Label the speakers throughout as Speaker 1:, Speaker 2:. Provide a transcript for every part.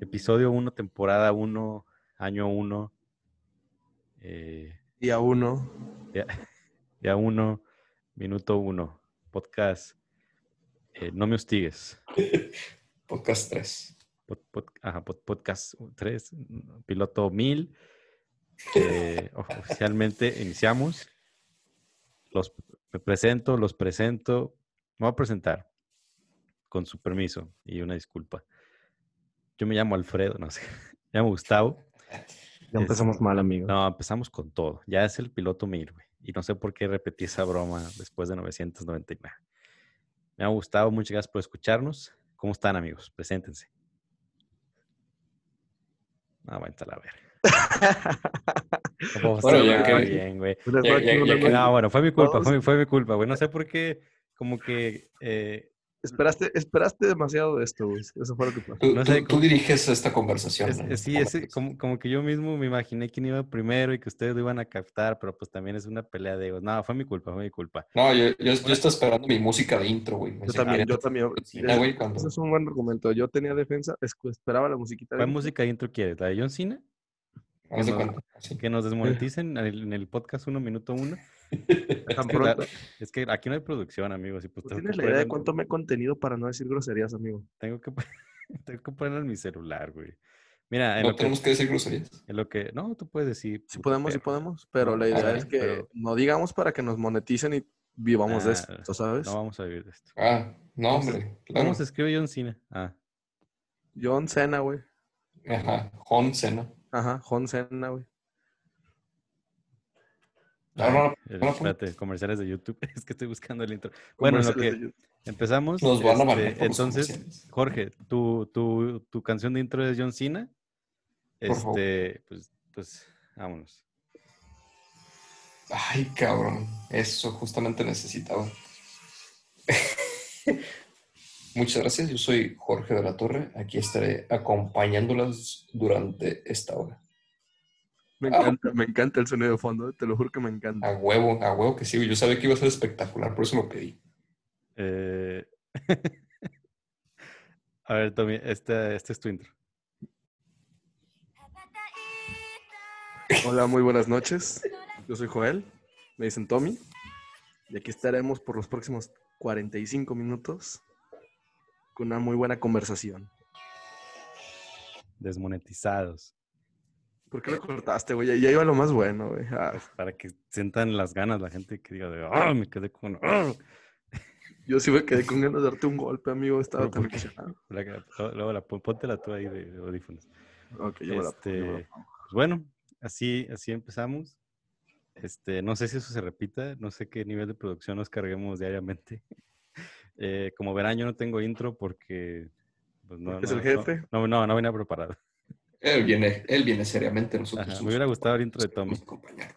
Speaker 1: Episodio 1, temporada 1, año 1. Eh,
Speaker 2: Día 1.
Speaker 1: día 1, minuto 1. Podcast. eh, no me hostigues.
Speaker 3: Podcast 3.
Speaker 1: Pod- pod- ajá, pod- podcast 3, piloto 1000. oficialmente iniciamos. Los me presento, los presento. Me voy a presentar con su permiso y una disculpa. Yo me llamo Alfredo, no sé. Me llamo Gustavo.
Speaker 4: Ya empezamos mal, amigo.
Speaker 1: No, empezamos con todo. Ya es el piloto 1000, güey. Y no sé por qué repetí esa broma después de 999. Me ha gustado, muchas gracias por escucharnos. ¿Cómo están, amigos? Preséntense. Ah, va a entrar a ver. No puedo
Speaker 3: Bueno,
Speaker 1: hacer
Speaker 3: ya
Speaker 1: nada
Speaker 3: que-
Speaker 1: bien, güey.
Speaker 4: Buenas noches,
Speaker 3: Ya- ya-
Speaker 4: buenas
Speaker 3: ya que-
Speaker 4: noches.
Speaker 1: No, bueno, fue mi culpa, fue mi, fue mi culpa, güey. No sé por qué, como que eh,
Speaker 2: Esperaste, esperaste demasiado de esto, güey. Eso fue lo que pasó.
Speaker 3: Tú,
Speaker 1: No sé
Speaker 3: tú-
Speaker 1: cómo-
Speaker 3: tú diriges esta conversación.
Speaker 1: Es-
Speaker 3: ¿no?
Speaker 1: es- sí, es, como, como que yo mismo me imaginé quién iba primero y que ustedes lo iban a captar, pero pues también es una pelea de egos. No, fue mi culpa, fue mi culpa.
Speaker 3: No, yo, yo, yo estaba esperando mi música de intro, güey.
Speaker 2: Yo también, yo también.
Speaker 3: Encima, güey, cuando-
Speaker 2: Ese es un buen argumento. Yo tenía defensa, escu- esperaba la musiquita. de-
Speaker 1: ¿Cuál música de intro quieres? ¿La de John Cena?
Speaker 3: haz de
Speaker 1: no.
Speaker 3: cuenta, así.
Speaker 1: Que nos desmoneticen en el, en el podcast 1 minuto 1.
Speaker 2: Tan
Speaker 1: Es que, la-
Speaker 2: pronto.
Speaker 1: es que aquí no hay producción, amigos. Y pues
Speaker 2: ¿Tú
Speaker 1: tengo
Speaker 2: tienes
Speaker 1: que
Speaker 2: la idea de
Speaker 1: ponerlo-
Speaker 2: cuánto me he contenido para no decir groserías, amigo?
Speaker 1: Tengo que, pon- tengo que ponerlo en mi celular, güey. Mira, en,
Speaker 3: No
Speaker 1: lo, que,
Speaker 3: tenemos que decir groserías.
Speaker 1: en lo que... No, tú puedes decir...
Speaker 2: Sí
Speaker 1: puto
Speaker 2: podemos, sí
Speaker 1: perro.
Speaker 2: podemos, pero la
Speaker 1: No,
Speaker 2: idea
Speaker 3: ok,
Speaker 2: es que
Speaker 1: pero-
Speaker 2: no digamos para que nos moneticen y vivamos de
Speaker 1: Ah,
Speaker 2: esto, ¿sabes?
Speaker 1: No vamos a vivir de esto.
Speaker 3: Ah, no,
Speaker 1: ¿Cómo se-
Speaker 3: hombre. Claro.
Speaker 1: Pues, ¿Cómo se escribe John Cena? Ah,
Speaker 2: John Cena, güey.
Speaker 3: Ajá, Jon Cena.
Speaker 2: Ajá, John Cena, güey.
Speaker 3: No, no,
Speaker 1: el-
Speaker 3: no, no.
Speaker 1: espérate, comerciales de YouTube. Es que estoy buscando el intro. Bueno, en lo que... Empezamos.
Speaker 3: Nos van a
Speaker 1: este,
Speaker 3: banear por los
Speaker 1: entonces,
Speaker 3: comerciales.
Speaker 1: Jorge, tu, tu, tu canción de intro es John Cena.
Speaker 3: Por favor.
Speaker 1: Este, pues, pues, vámonos.
Speaker 3: Ay, cabrón. Eso justamente necesitaba. Muchas gracias. Yo soy Jorge de la Torre. Aquí estaré acompañándolas durante esta hora.
Speaker 2: Me encanta, me encanta el sonido de fondo, te lo juro que me encanta.
Speaker 3: A huevo, a huevo que sí. güey. Yo sabía que iba a ser espectacular, por eso lo pedí.
Speaker 1: Eh, a ver, Tommy, esta, esta es tu intro.
Speaker 2: Hola, muy buenas noches. Yo soy Joel, me dicen Tommy. Y aquí estaremos por los próximos 45 minutos con una muy buena conversación.
Speaker 1: Desmonetizados.
Speaker 2: ¿Por qué lo cortaste, güey? Ya- Ya iba lo más bueno, güey. Ah,
Speaker 1: Para que sientan las ganas la gente que diga de, "Ah, me quedé con. ah".
Speaker 2: yo sí me quedé con ganas de darte un golpe, amigo. Estaba
Speaker 1: Pero
Speaker 2: tan
Speaker 1: ¿por qué?
Speaker 2: emocionado.
Speaker 1: La que- luego- luego la pon- póntela tú ahí de, de audífonos.
Speaker 2: Ok, yo me la pongo, yo me la
Speaker 1: Este, pues bueno, así, así empezamos. Este, no sé si eso se repita, no sé qué nivel de producción nos carguemos diariamente. Eh, como verán, yo no tengo intro porque pues, no,
Speaker 2: Porque es
Speaker 1: no-
Speaker 2: el jefe.
Speaker 1: No, no, no, no venía preparado.
Speaker 3: Él viene, él viene seriamente. Nosotros
Speaker 1: Ajá, me
Speaker 3: somos-
Speaker 1: hubiera gustado el intro de Tommy.
Speaker 3: somos compañeros.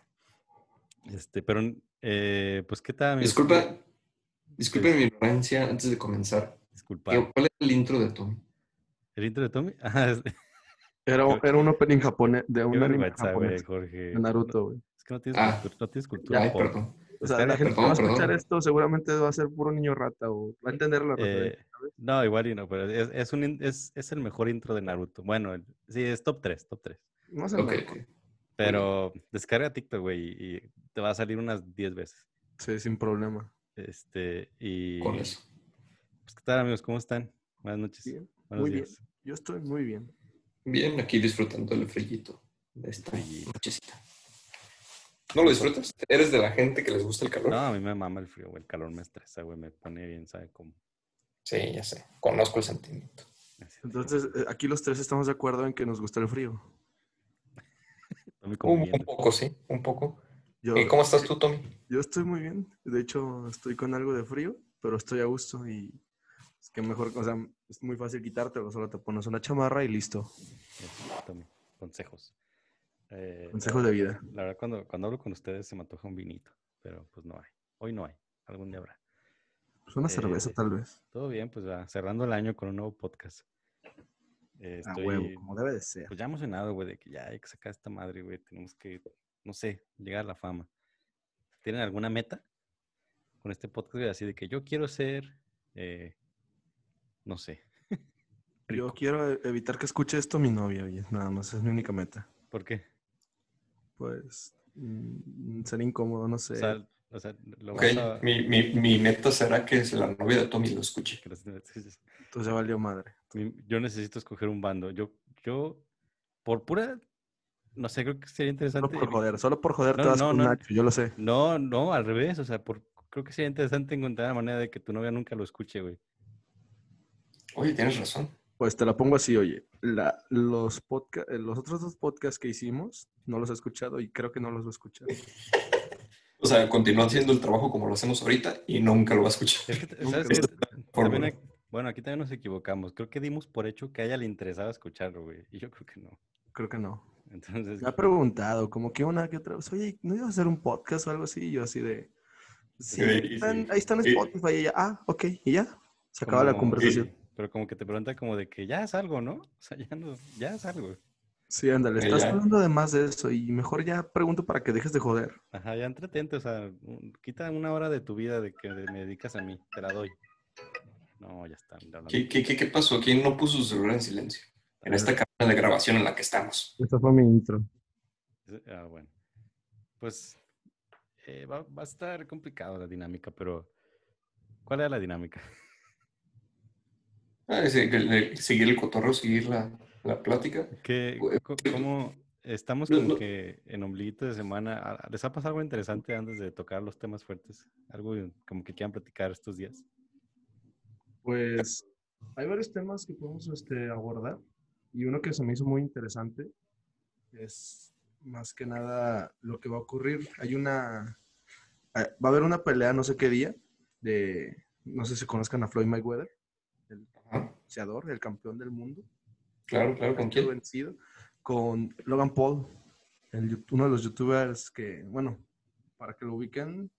Speaker 1: Este, pero eh, pues qué tal, amigos?
Speaker 3: Disculpa, disculpen mi ignorancia antes de comenzar.
Speaker 1: Disculpa.
Speaker 3: ¿Cuál es el intro de Tommy?
Speaker 1: ¿El intro de Tommy? Ajá, es-
Speaker 2: Era, un- era un opening japonés de
Speaker 1: qué
Speaker 2: un anime
Speaker 1: vergüenza, güey,
Speaker 2: japonés.
Speaker 1: Jorge.
Speaker 2: De Naruto, güey.
Speaker 1: Es que no tienes,
Speaker 3: Ah,
Speaker 1: cultura, no tienes cultura
Speaker 3: Ay,
Speaker 1: pop.
Speaker 3: perdón.
Speaker 2: O sea,
Speaker 1: Espera,
Speaker 2: la gente que
Speaker 3: Oh, perdón,
Speaker 2: va a escuchar
Speaker 3: perdón.
Speaker 2: esto seguramente va a ser puro niño rata o va a entender la rata.
Speaker 1: Eh, no, igual y no, pero es, es, un, in- es, es el mejor intro de Naruto. Bueno, el- sí, es top 3, top 3.
Speaker 2: no sé.
Speaker 3: Ok,
Speaker 2: güey.
Speaker 3: ok.
Speaker 1: Pero descarga TikTok, güey, y y te va a salir unas 10 veces.
Speaker 2: Sí, sin problema.
Speaker 1: Este, y...
Speaker 3: Con eso.
Speaker 1: Pues, ¿qué tal, amigos? ¿Cómo están? Buenas noches.
Speaker 2: Bien,
Speaker 1: Buenos
Speaker 2: muy bien.
Speaker 1: días.
Speaker 2: Yo estoy muy bien.
Speaker 3: Bien, aquí disfrutando el frillito de esta
Speaker 1: Frillito.
Speaker 3: nochecita. ¿No lo disfrutas? ¿Eres de la gente que les gusta el calor?
Speaker 1: No, a mí me mama el frío, güey. El calor me estresa, güey. Me pone bien, ¿sabe cómo?
Speaker 3: Sí, ya sé. Conozco el sentimiento.
Speaker 1: Así,
Speaker 2: Entonces, eh, aquí los tres estamos de acuerdo en que nos gusta el frío.
Speaker 1: Tommy como
Speaker 3: Un, un
Speaker 1: viendo.
Speaker 3: poco, sí, un poco.
Speaker 2: Yo,
Speaker 3: ¿Y cómo estás tú, Tommy?
Speaker 2: yo estoy muy bien. De hecho, estoy con algo de frío, pero estoy a gusto y es que mejor, o sea, es muy fácil quitártelo. Solo te pones una chamarra y listo.
Speaker 1: Eso, Tommy, consejos. Eh,
Speaker 2: Consejos de vida.
Speaker 1: La verdad, cuando, cuando hablo con ustedes se me antoja un vinito, pero pues no hay. Hoy no hay. Algún día habrá.
Speaker 2: Pues una
Speaker 1: Eh,
Speaker 2: cerveza, tal vez.
Speaker 1: Todo bien, pues ya, cerrando el año con un nuevo podcast. Eh,
Speaker 2: A
Speaker 1: estoy,
Speaker 2: Ah, huevo, como debe de ser.
Speaker 1: pues ya emocionado, güey, de que ya hay que sacar esta madre, güey. Tenemos que, no sé, llegar a la fama. ¿Tienen alguna meta con este podcast? güey? Así de que yo quiero ser, eh, no sé,
Speaker 2: Yo quiero e- evitar que escuche esto mi novia, oye, nada más, es mi única meta.
Speaker 1: ¿Por qué?
Speaker 2: Pues, mm, ser incómodo, no sé.
Speaker 1: O sea, o sea, lo
Speaker 3: Ok,
Speaker 1: vas a-
Speaker 3: mi, mi, mi meta será que la novia de Tommy lo escuche.
Speaker 1: que los-
Speaker 2: Entonces ya valió madre.
Speaker 1: Mi- Yo necesito escoger un bando. Yo, yo, por pura, no sé, creo que sería
Speaker 2: Solo
Speaker 1: interesante.
Speaker 2: por joder, solo por joder te
Speaker 1: No,
Speaker 2: vas
Speaker 1: no,
Speaker 2: con
Speaker 1: no.
Speaker 2: Nacho, yo lo sé.
Speaker 1: No, no, al revés. O sea, por, creo que sería interesante encontrar la manera de que tu novia nunca lo escuche, güey.
Speaker 3: Oye, tienes razón.
Speaker 2: Pues te la pongo así, oye. La, los, podca- eh, los otros dos podcasts que hicimos no los he escuchado y creo que no los va a escuchar.
Speaker 3: O sea, continúa haciendo el trabajo como lo hacemos ahorita y nunca lo va a escuchar.
Speaker 1: Es que, t-
Speaker 2: Nunca
Speaker 1: ¿sabes
Speaker 3: está
Speaker 1: qué?
Speaker 3: fórmula.
Speaker 1: También hay- bueno, aquí también nos equivocamos. Creo que dimos por hecho que a ella le interesaba escucharlo, güey. Y yo creo que no.
Speaker 2: Creo que no.
Speaker 1: Entonces,
Speaker 2: Me ha preguntado, como que una que otra vez, oye, ¿no ibas a hacer un podcast o algo así? Y yo así de, sí,
Speaker 3: Sí,
Speaker 2: ahí están,
Speaker 3: sí.
Speaker 2: ahí están en
Speaker 3: Sí.
Speaker 2: Spotify. Y ella, ah, ok, y ya, se acaba la
Speaker 1: como-
Speaker 2: conversación.
Speaker 1: pero como que te pregunta como de que ya es algo, ¿no? O sea, ya no, ya es algo.
Speaker 2: Sí, ándale,
Speaker 3: Sí,
Speaker 2: estás
Speaker 3: ya.
Speaker 2: hablando de más de eso y mejor ya pregunto para que dejes de joder.
Speaker 1: Ajá, ya entretente, o sea, un- quita una hora de tu vida de que me dedicas a mí, te la doy. No, ya está. no, no, no.
Speaker 3: ¿Qué, qué, qué, qué pasó? ¿Quién no puso su celular en silencio? En esta cabina de grabación en la que estamos.
Speaker 4: Esta fue mi intro.
Speaker 1: Ah, bueno. Pues eh, va, va a estar complicado la dinámica, pero ¿cuál era la dinámica?
Speaker 3: Ah, ese- el- el- seguir el cotorreo, seguir la, la plática.
Speaker 1: ¿Qué,
Speaker 3: Güey,
Speaker 1: co- ¿Cómo estamos
Speaker 3: Pues, no,
Speaker 1: como
Speaker 3: no.
Speaker 1: que en ombliguito de semana? ¿A- a- ¿Les ha pasado algo interesante antes de tocar los temas fuertes? ¿Algo como que quieran platicar estos días?
Speaker 2: Pues hay varios temas que podemos este, abordar y uno que se me hizo muy interesante es más que nada lo que va a ocurrir. Hay una, eh, va a haber una pelea no sé qué día de, no sé si conozcan a Floyd Mayweather,
Speaker 3: Ajá,
Speaker 2: boxeador, el campeón del mundo,
Speaker 3: claro, claro, ¿con
Speaker 2: el
Speaker 3: quién?
Speaker 2: vencido, con Logan Paul, el yu- uno de los youtubers que, bueno, para que lo ubiquen,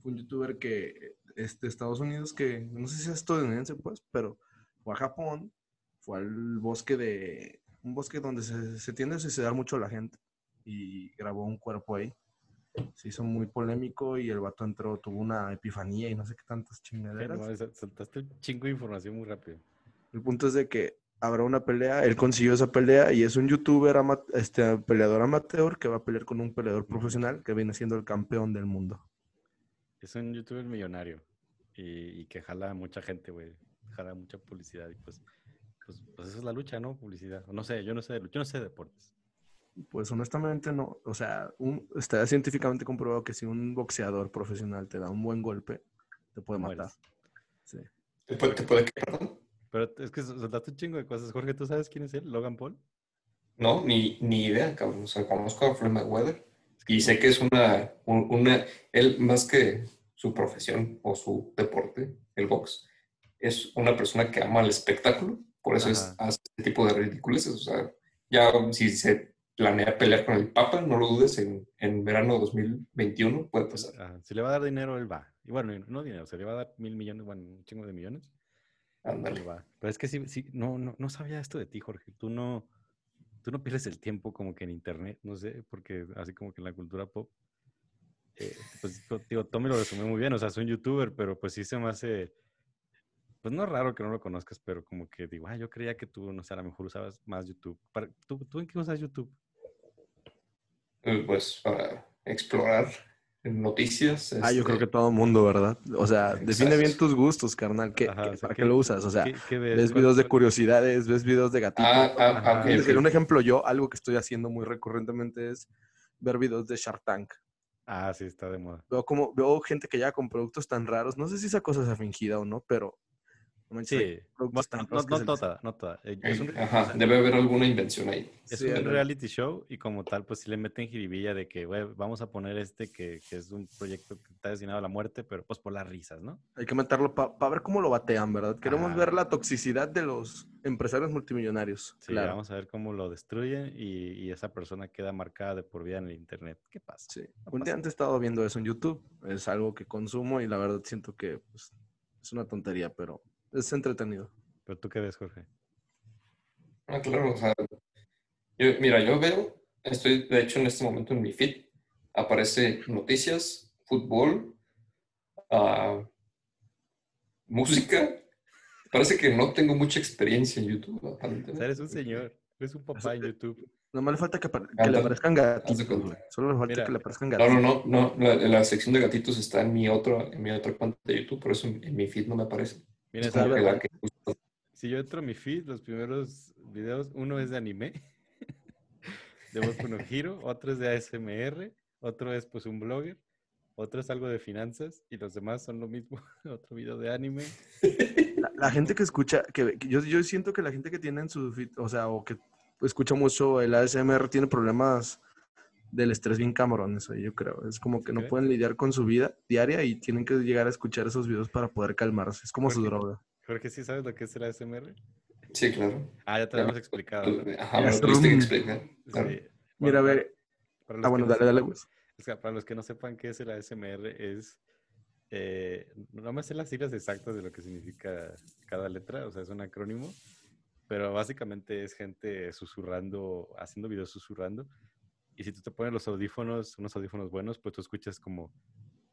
Speaker 2: fue un youtuber que este, Estados Unidos, que no sé si es estadounidense, pues, pero fue a Japón, fue al bosque de. Un bosque donde se, se tiende a suicidar mucho la gente y grabó un cuerpo ahí. Se hizo muy polémico y el vato entró, tuvo una epifanía y no sé qué tantas
Speaker 1: Ay, no
Speaker 2: chingaderas.
Speaker 1: mames, sal- Saltaste un chingo de información muy rápido.
Speaker 2: El punto es de que habrá una pelea, él consiguió esa pelea y es un youtuber, ama- este, peleador amateur que va a pelear con un peleador profesional que viene siendo el campeón del mundo.
Speaker 1: Es un youtuber millonario y, y que jala a mucha gente, güey. Jala mucha publicidad y pues, pues, pues eso es la lucha, ¿no? Publicidad. No sé, yo no sé de lucha, yo no sé de deportes.
Speaker 2: Pues honestamente no, o sea, un- está científicamente comprobado que si un boxeador profesional te da un buen golpe, te puede
Speaker 1: Mueres.
Speaker 2: matar. Sí.
Speaker 3: ¿Te puede, te puede que- perdón?
Speaker 1: Pero es que soltaste un chingo de cosas. Jorge, ¿tú sabes quién es él? ¿Logan Paul?
Speaker 3: No, ni, ni idea, cabrón. O sea, conozco a Floyd Mayweather y sé que es una, un- una, él más que su profesión o su deporte, el box, es una persona que ama el espectáculo, por eso es,
Speaker 1: Ajá.
Speaker 3: hace este tipo de ridiculeces. O sea, ya si se planea pelear con el Papa, no lo dudes, en, en verano 2021 puede pasar.
Speaker 1: Ajá, Si le va a dar dinero, él va. Y bueno, y no dinero, se le va a dar mil millones, bueno, un chingo de millones.
Speaker 3: Ándale.
Speaker 1: Él va. Pero es que sí, sí, no, no, no sabía esto de ti, Jorge. Tú no, tú no pierdes el tiempo como que en internet, no sé, porque así como que en la cultura pop. eh, pues to- digo, Tommy lo resumió muy bien, o sea, es un youtuber, pero pues sí se me hace. Pues no es raro que no lo conozcas, pero como que digo, ah, yo creía que tú, no sé, a lo mejor usabas más YouTube. Para- ¿tú, ¿Tú en qué usas YouTube?
Speaker 3: Eh, Pues para explorar noticias.
Speaker 2: Ah, yo
Speaker 3: este,
Speaker 2: creo que todo mundo, ¿verdad? O sea, define bien
Speaker 3: Exacto.
Speaker 2: tus gustos, carnal. ¿Qué,
Speaker 1: Ajá,
Speaker 2: qué-
Speaker 1: o sea,
Speaker 2: ¿Para
Speaker 1: ¿qué-
Speaker 2: qué, lo usas? O sea,
Speaker 1: ¿Qué, qué ves?
Speaker 2: ves
Speaker 1: ¿Cuál-
Speaker 2: videos de
Speaker 1: cuál-
Speaker 2: curiosidades, ves videos de gatitos.
Speaker 3: Ah, ah, ah,
Speaker 1: Ajá.
Speaker 3: ok,
Speaker 2: Por decir
Speaker 3: ok.
Speaker 2: un ejemplo, yo, algo que estoy haciendo muy recurrentemente es ver videos de Shark Tank.
Speaker 1: Ah, sí, está de moda.
Speaker 2: Veo como, veo gente que llega con productos tan raros. No sé si esa cosa sea fingida o no, pero no manches, hay
Speaker 1: Sí. Bueno,
Speaker 2: productos tan
Speaker 1: no,
Speaker 2: raros que
Speaker 1: no
Speaker 2: se les-
Speaker 1: toda, no toda. Eh, Es un,
Speaker 3: Eh, Ajá, debe haber alguna invención ahí.
Speaker 1: Es
Speaker 2: Sí,
Speaker 1: un
Speaker 2: ándale.
Speaker 1: reality show y como tal, pues sí le meten jiribilla de que, güey, vamos a poner este que, que es un proyecto que está destinado a la muerte, pero pues por las risas, ¿no?
Speaker 2: Hay que meterlo para ver cómo lo batean, ¿verdad? Queremos
Speaker 1: Ah.
Speaker 2: ver la toxicidad de los empresarios multimillonarios.
Speaker 1: Sí,
Speaker 2: claro.
Speaker 1: vamos a ver cómo lo destruyen y, y esa persona queda marcada de por vida en el internet. ¿Qué pasa?
Speaker 2: Sí.
Speaker 1: No
Speaker 2: Un día
Speaker 1: pasa
Speaker 2: antes he estado viendo eso en YouTube. Es algo que consumo y la verdad siento que pues, es una tontería, pero es entretenido.
Speaker 1: ¿Pero tú qué ves, Jorge?
Speaker 3: Ah, claro, o sea, yo, mira, yo veo, estoy de hecho en este momento en mi feed, aparece noticias, fútbol, ah, música, Parece que no tengo mucha experiencia en YouTube. aparentemente.
Speaker 1: O
Speaker 2: Pues,
Speaker 1: sea, eres un señor, eres un papá en YouTube.
Speaker 2: Nomás le falta que, apar- que le
Speaker 3: Ándale,
Speaker 2: aparezcan
Speaker 3: haz de
Speaker 2: gatitos,
Speaker 3: cuenta.
Speaker 2: güey. Solo le falta
Speaker 1: Mira.
Speaker 2: que le aparezcan
Speaker 3: No,
Speaker 2: gatitos.
Speaker 3: no, no, no. La, la sección de gatitos está en mi otro, en mi otra cuenta de YouTube, por eso en, en mi feed no me aparece.
Speaker 1: Mira,
Speaker 3: Es como
Speaker 1: ¿sabes?
Speaker 3: que la que-
Speaker 1: Si yo entro a mi feed, los primeros videos, uno es de anime, de Boku no Hero, otro es de ASMR, otro es pues un blogger, otro es algo de finanzas y los demás son lo mismo, otro video de anime.
Speaker 2: La, la gente que escucha, que, que yo, yo siento que la gente que tiene en su feed, o sea, o que escucha mucho el ASMR tiene problemas del estrés bien cabrones ahí, yo creo. Es como que no
Speaker 1: ¿Crees?
Speaker 2: pueden lidiar con su vida diaria y tienen que llegar a escuchar esos videos para poder calmarse. Es como su
Speaker 1: Porque-
Speaker 2: droga.
Speaker 1: Jorge, ¿sí sabes lo que es el ASMR?
Speaker 3: Sí, claro.
Speaker 1: Ah, ya te lo hemos explicado. ¿no?
Speaker 3: Ajá, me
Speaker 2: Las
Speaker 3: lo tuviste que
Speaker 2: rum-
Speaker 3: explicar. Claro.
Speaker 1: Sí.
Speaker 2: Mira,
Speaker 1: Bueno,
Speaker 2: a ver.
Speaker 1: para- para los
Speaker 2: Ah,
Speaker 1: que
Speaker 2: bueno,
Speaker 1: no
Speaker 2: dale, dale, güey.
Speaker 1: O sea, para los que no sepan qué es el ASMR, es. eh, no me sé las siglas exactas de lo que significa cada letra, o sea, es un acrónimo, pero básicamente es gente susurrando, haciendo videos susurrando. Y si tú te pones los audífonos, unos audífonos buenos, pues tú escuchas como,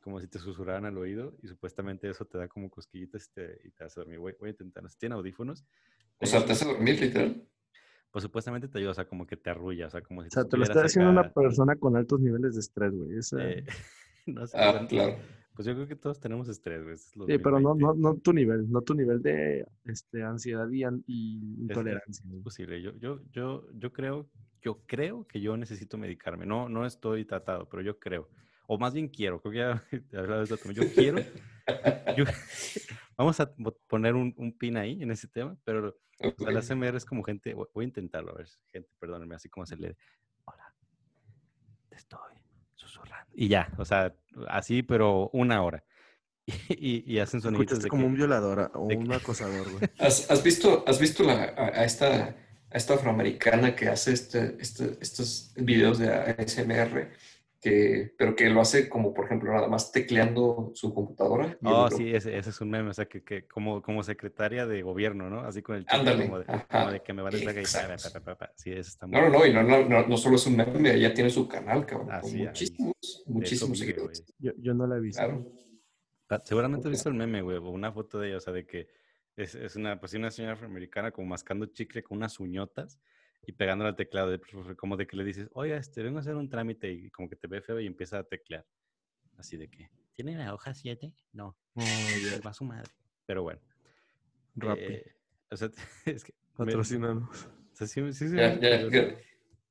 Speaker 1: como si te susurraran al oído y supuestamente eso te da como cosquillitas y te, y te hace dormir. Voy, voy a intentarlo. Si tienen audífonos, eh,
Speaker 3: O sea, te hace dormir, literal.
Speaker 1: pues supuestamente te ayuda, o sea, como que te arrulla, o sea, como si
Speaker 2: O sea, te lo está
Speaker 1: estuvieras
Speaker 2: haciendo una
Speaker 1: acá,
Speaker 2: persona con altos niveles de estrés, güey. Esa-
Speaker 1: eh, no sé,
Speaker 3: Ah,
Speaker 1: bueno,
Speaker 3: claro.
Speaker 1: Pues yo creo que todos tenemos estrés, güey. este es
Speaker 2: Sí, pero no,
Speaker 1: 2020.
Speaker 2: no, no tu nivel, no tu nivel de este, ansiedad y, an- y intolerancia.
Speaker 1: Es
Speaker 2: güey.
Speaker 1: posible. Yo, yo, yo, yo creo, yo creo que yo necesito medicarme. No, no estoy tratado, pero yo creo. O más bien quiero, creo que ya he hablado de eso. Yo quiero. yo- vamos a mo- poner un, un pin ahí en ese tema, pero o sea,
Speaker 3: Ok.
Speaker 1: la CMR es como gente, voy voy a intentarlo, a ver, gente, perdónenme, así como se le. Hola, te estoy susurrando. Y ya, o sea, así, pero una hora. Y, y hacen sonidos
Speaker 2: Escuchaste
Speaker 1: de
Speaker 2: como
Speaker 1: que-
Speaker 2: un violador ah, o
Speaker 1: de que-
Speaker 2: un acosador, güey.
Speaker 3: ¿Has, has visto, has visto la, a, a esta, a esta afroamericana que hace este, este- estos videos de ASMR, que, pero que lo hace como, por ejemplo, nada más tecleando su computadora? y el
Speaker 1: Oh,
Speaker 3: micro-
Speaker 1: sí, ese, ese es un meme, o sea, que, que como, como secretaria de gobierno, ¿no? Así con el chip
Speaker 3: Ándale,
Speaker 1: como de, como
Speaker 3: ajá,
Speaker 1: de que me vale esa
Speaker 3: exacto.
Speaker 1: pa, pa, pa, pa. Sí, eso está muy
Speaker 3: No, no, no, y no, no, no, no solo es un meme, ella tiene su canal, cabrón,
Speaker 1: Ah,
Speaker 3: con
Speaker 1: sí, ahí.
Speaker 3: muchísimos,
Speaker 1: de eso
Speaker 3: muchísimos
Speaker 1: vive,
Speaker 3: seguidores.
Speaker 1: güey.
Speaker 2: Yo, yo no la he visto.
Speaker 3: Claro.
Speaker 1: Pa- Seguramente has
Speaker 3: Ok.
Speaker 1: visto el meme, güey, o una foto de ella, o sea, de que es, es una, pues, sí, una señora afroamericana como mascando chicle con unas uñotas y pegándole al teclado, de- como de que le dices, oiga, este, vengo a hacer un trámite y como que te ve feo y empieza a teclear. Así de que, ¿tiene la hoja 7? No,
Speaker 2: No, ya.
Speaker 1: va su madre. Pero bueno.
Speaker 2: Rappi.
Speaker 1: eh, o sea, es que... me-
Speaker 2: Patrocínanos.
Speaker 1: o sea, sí, sí se
Speaker 3: Ya,
Speaker 1: ve
Speaker 3: ya,
Speaker 1: curioso.
Speaker 3: gra-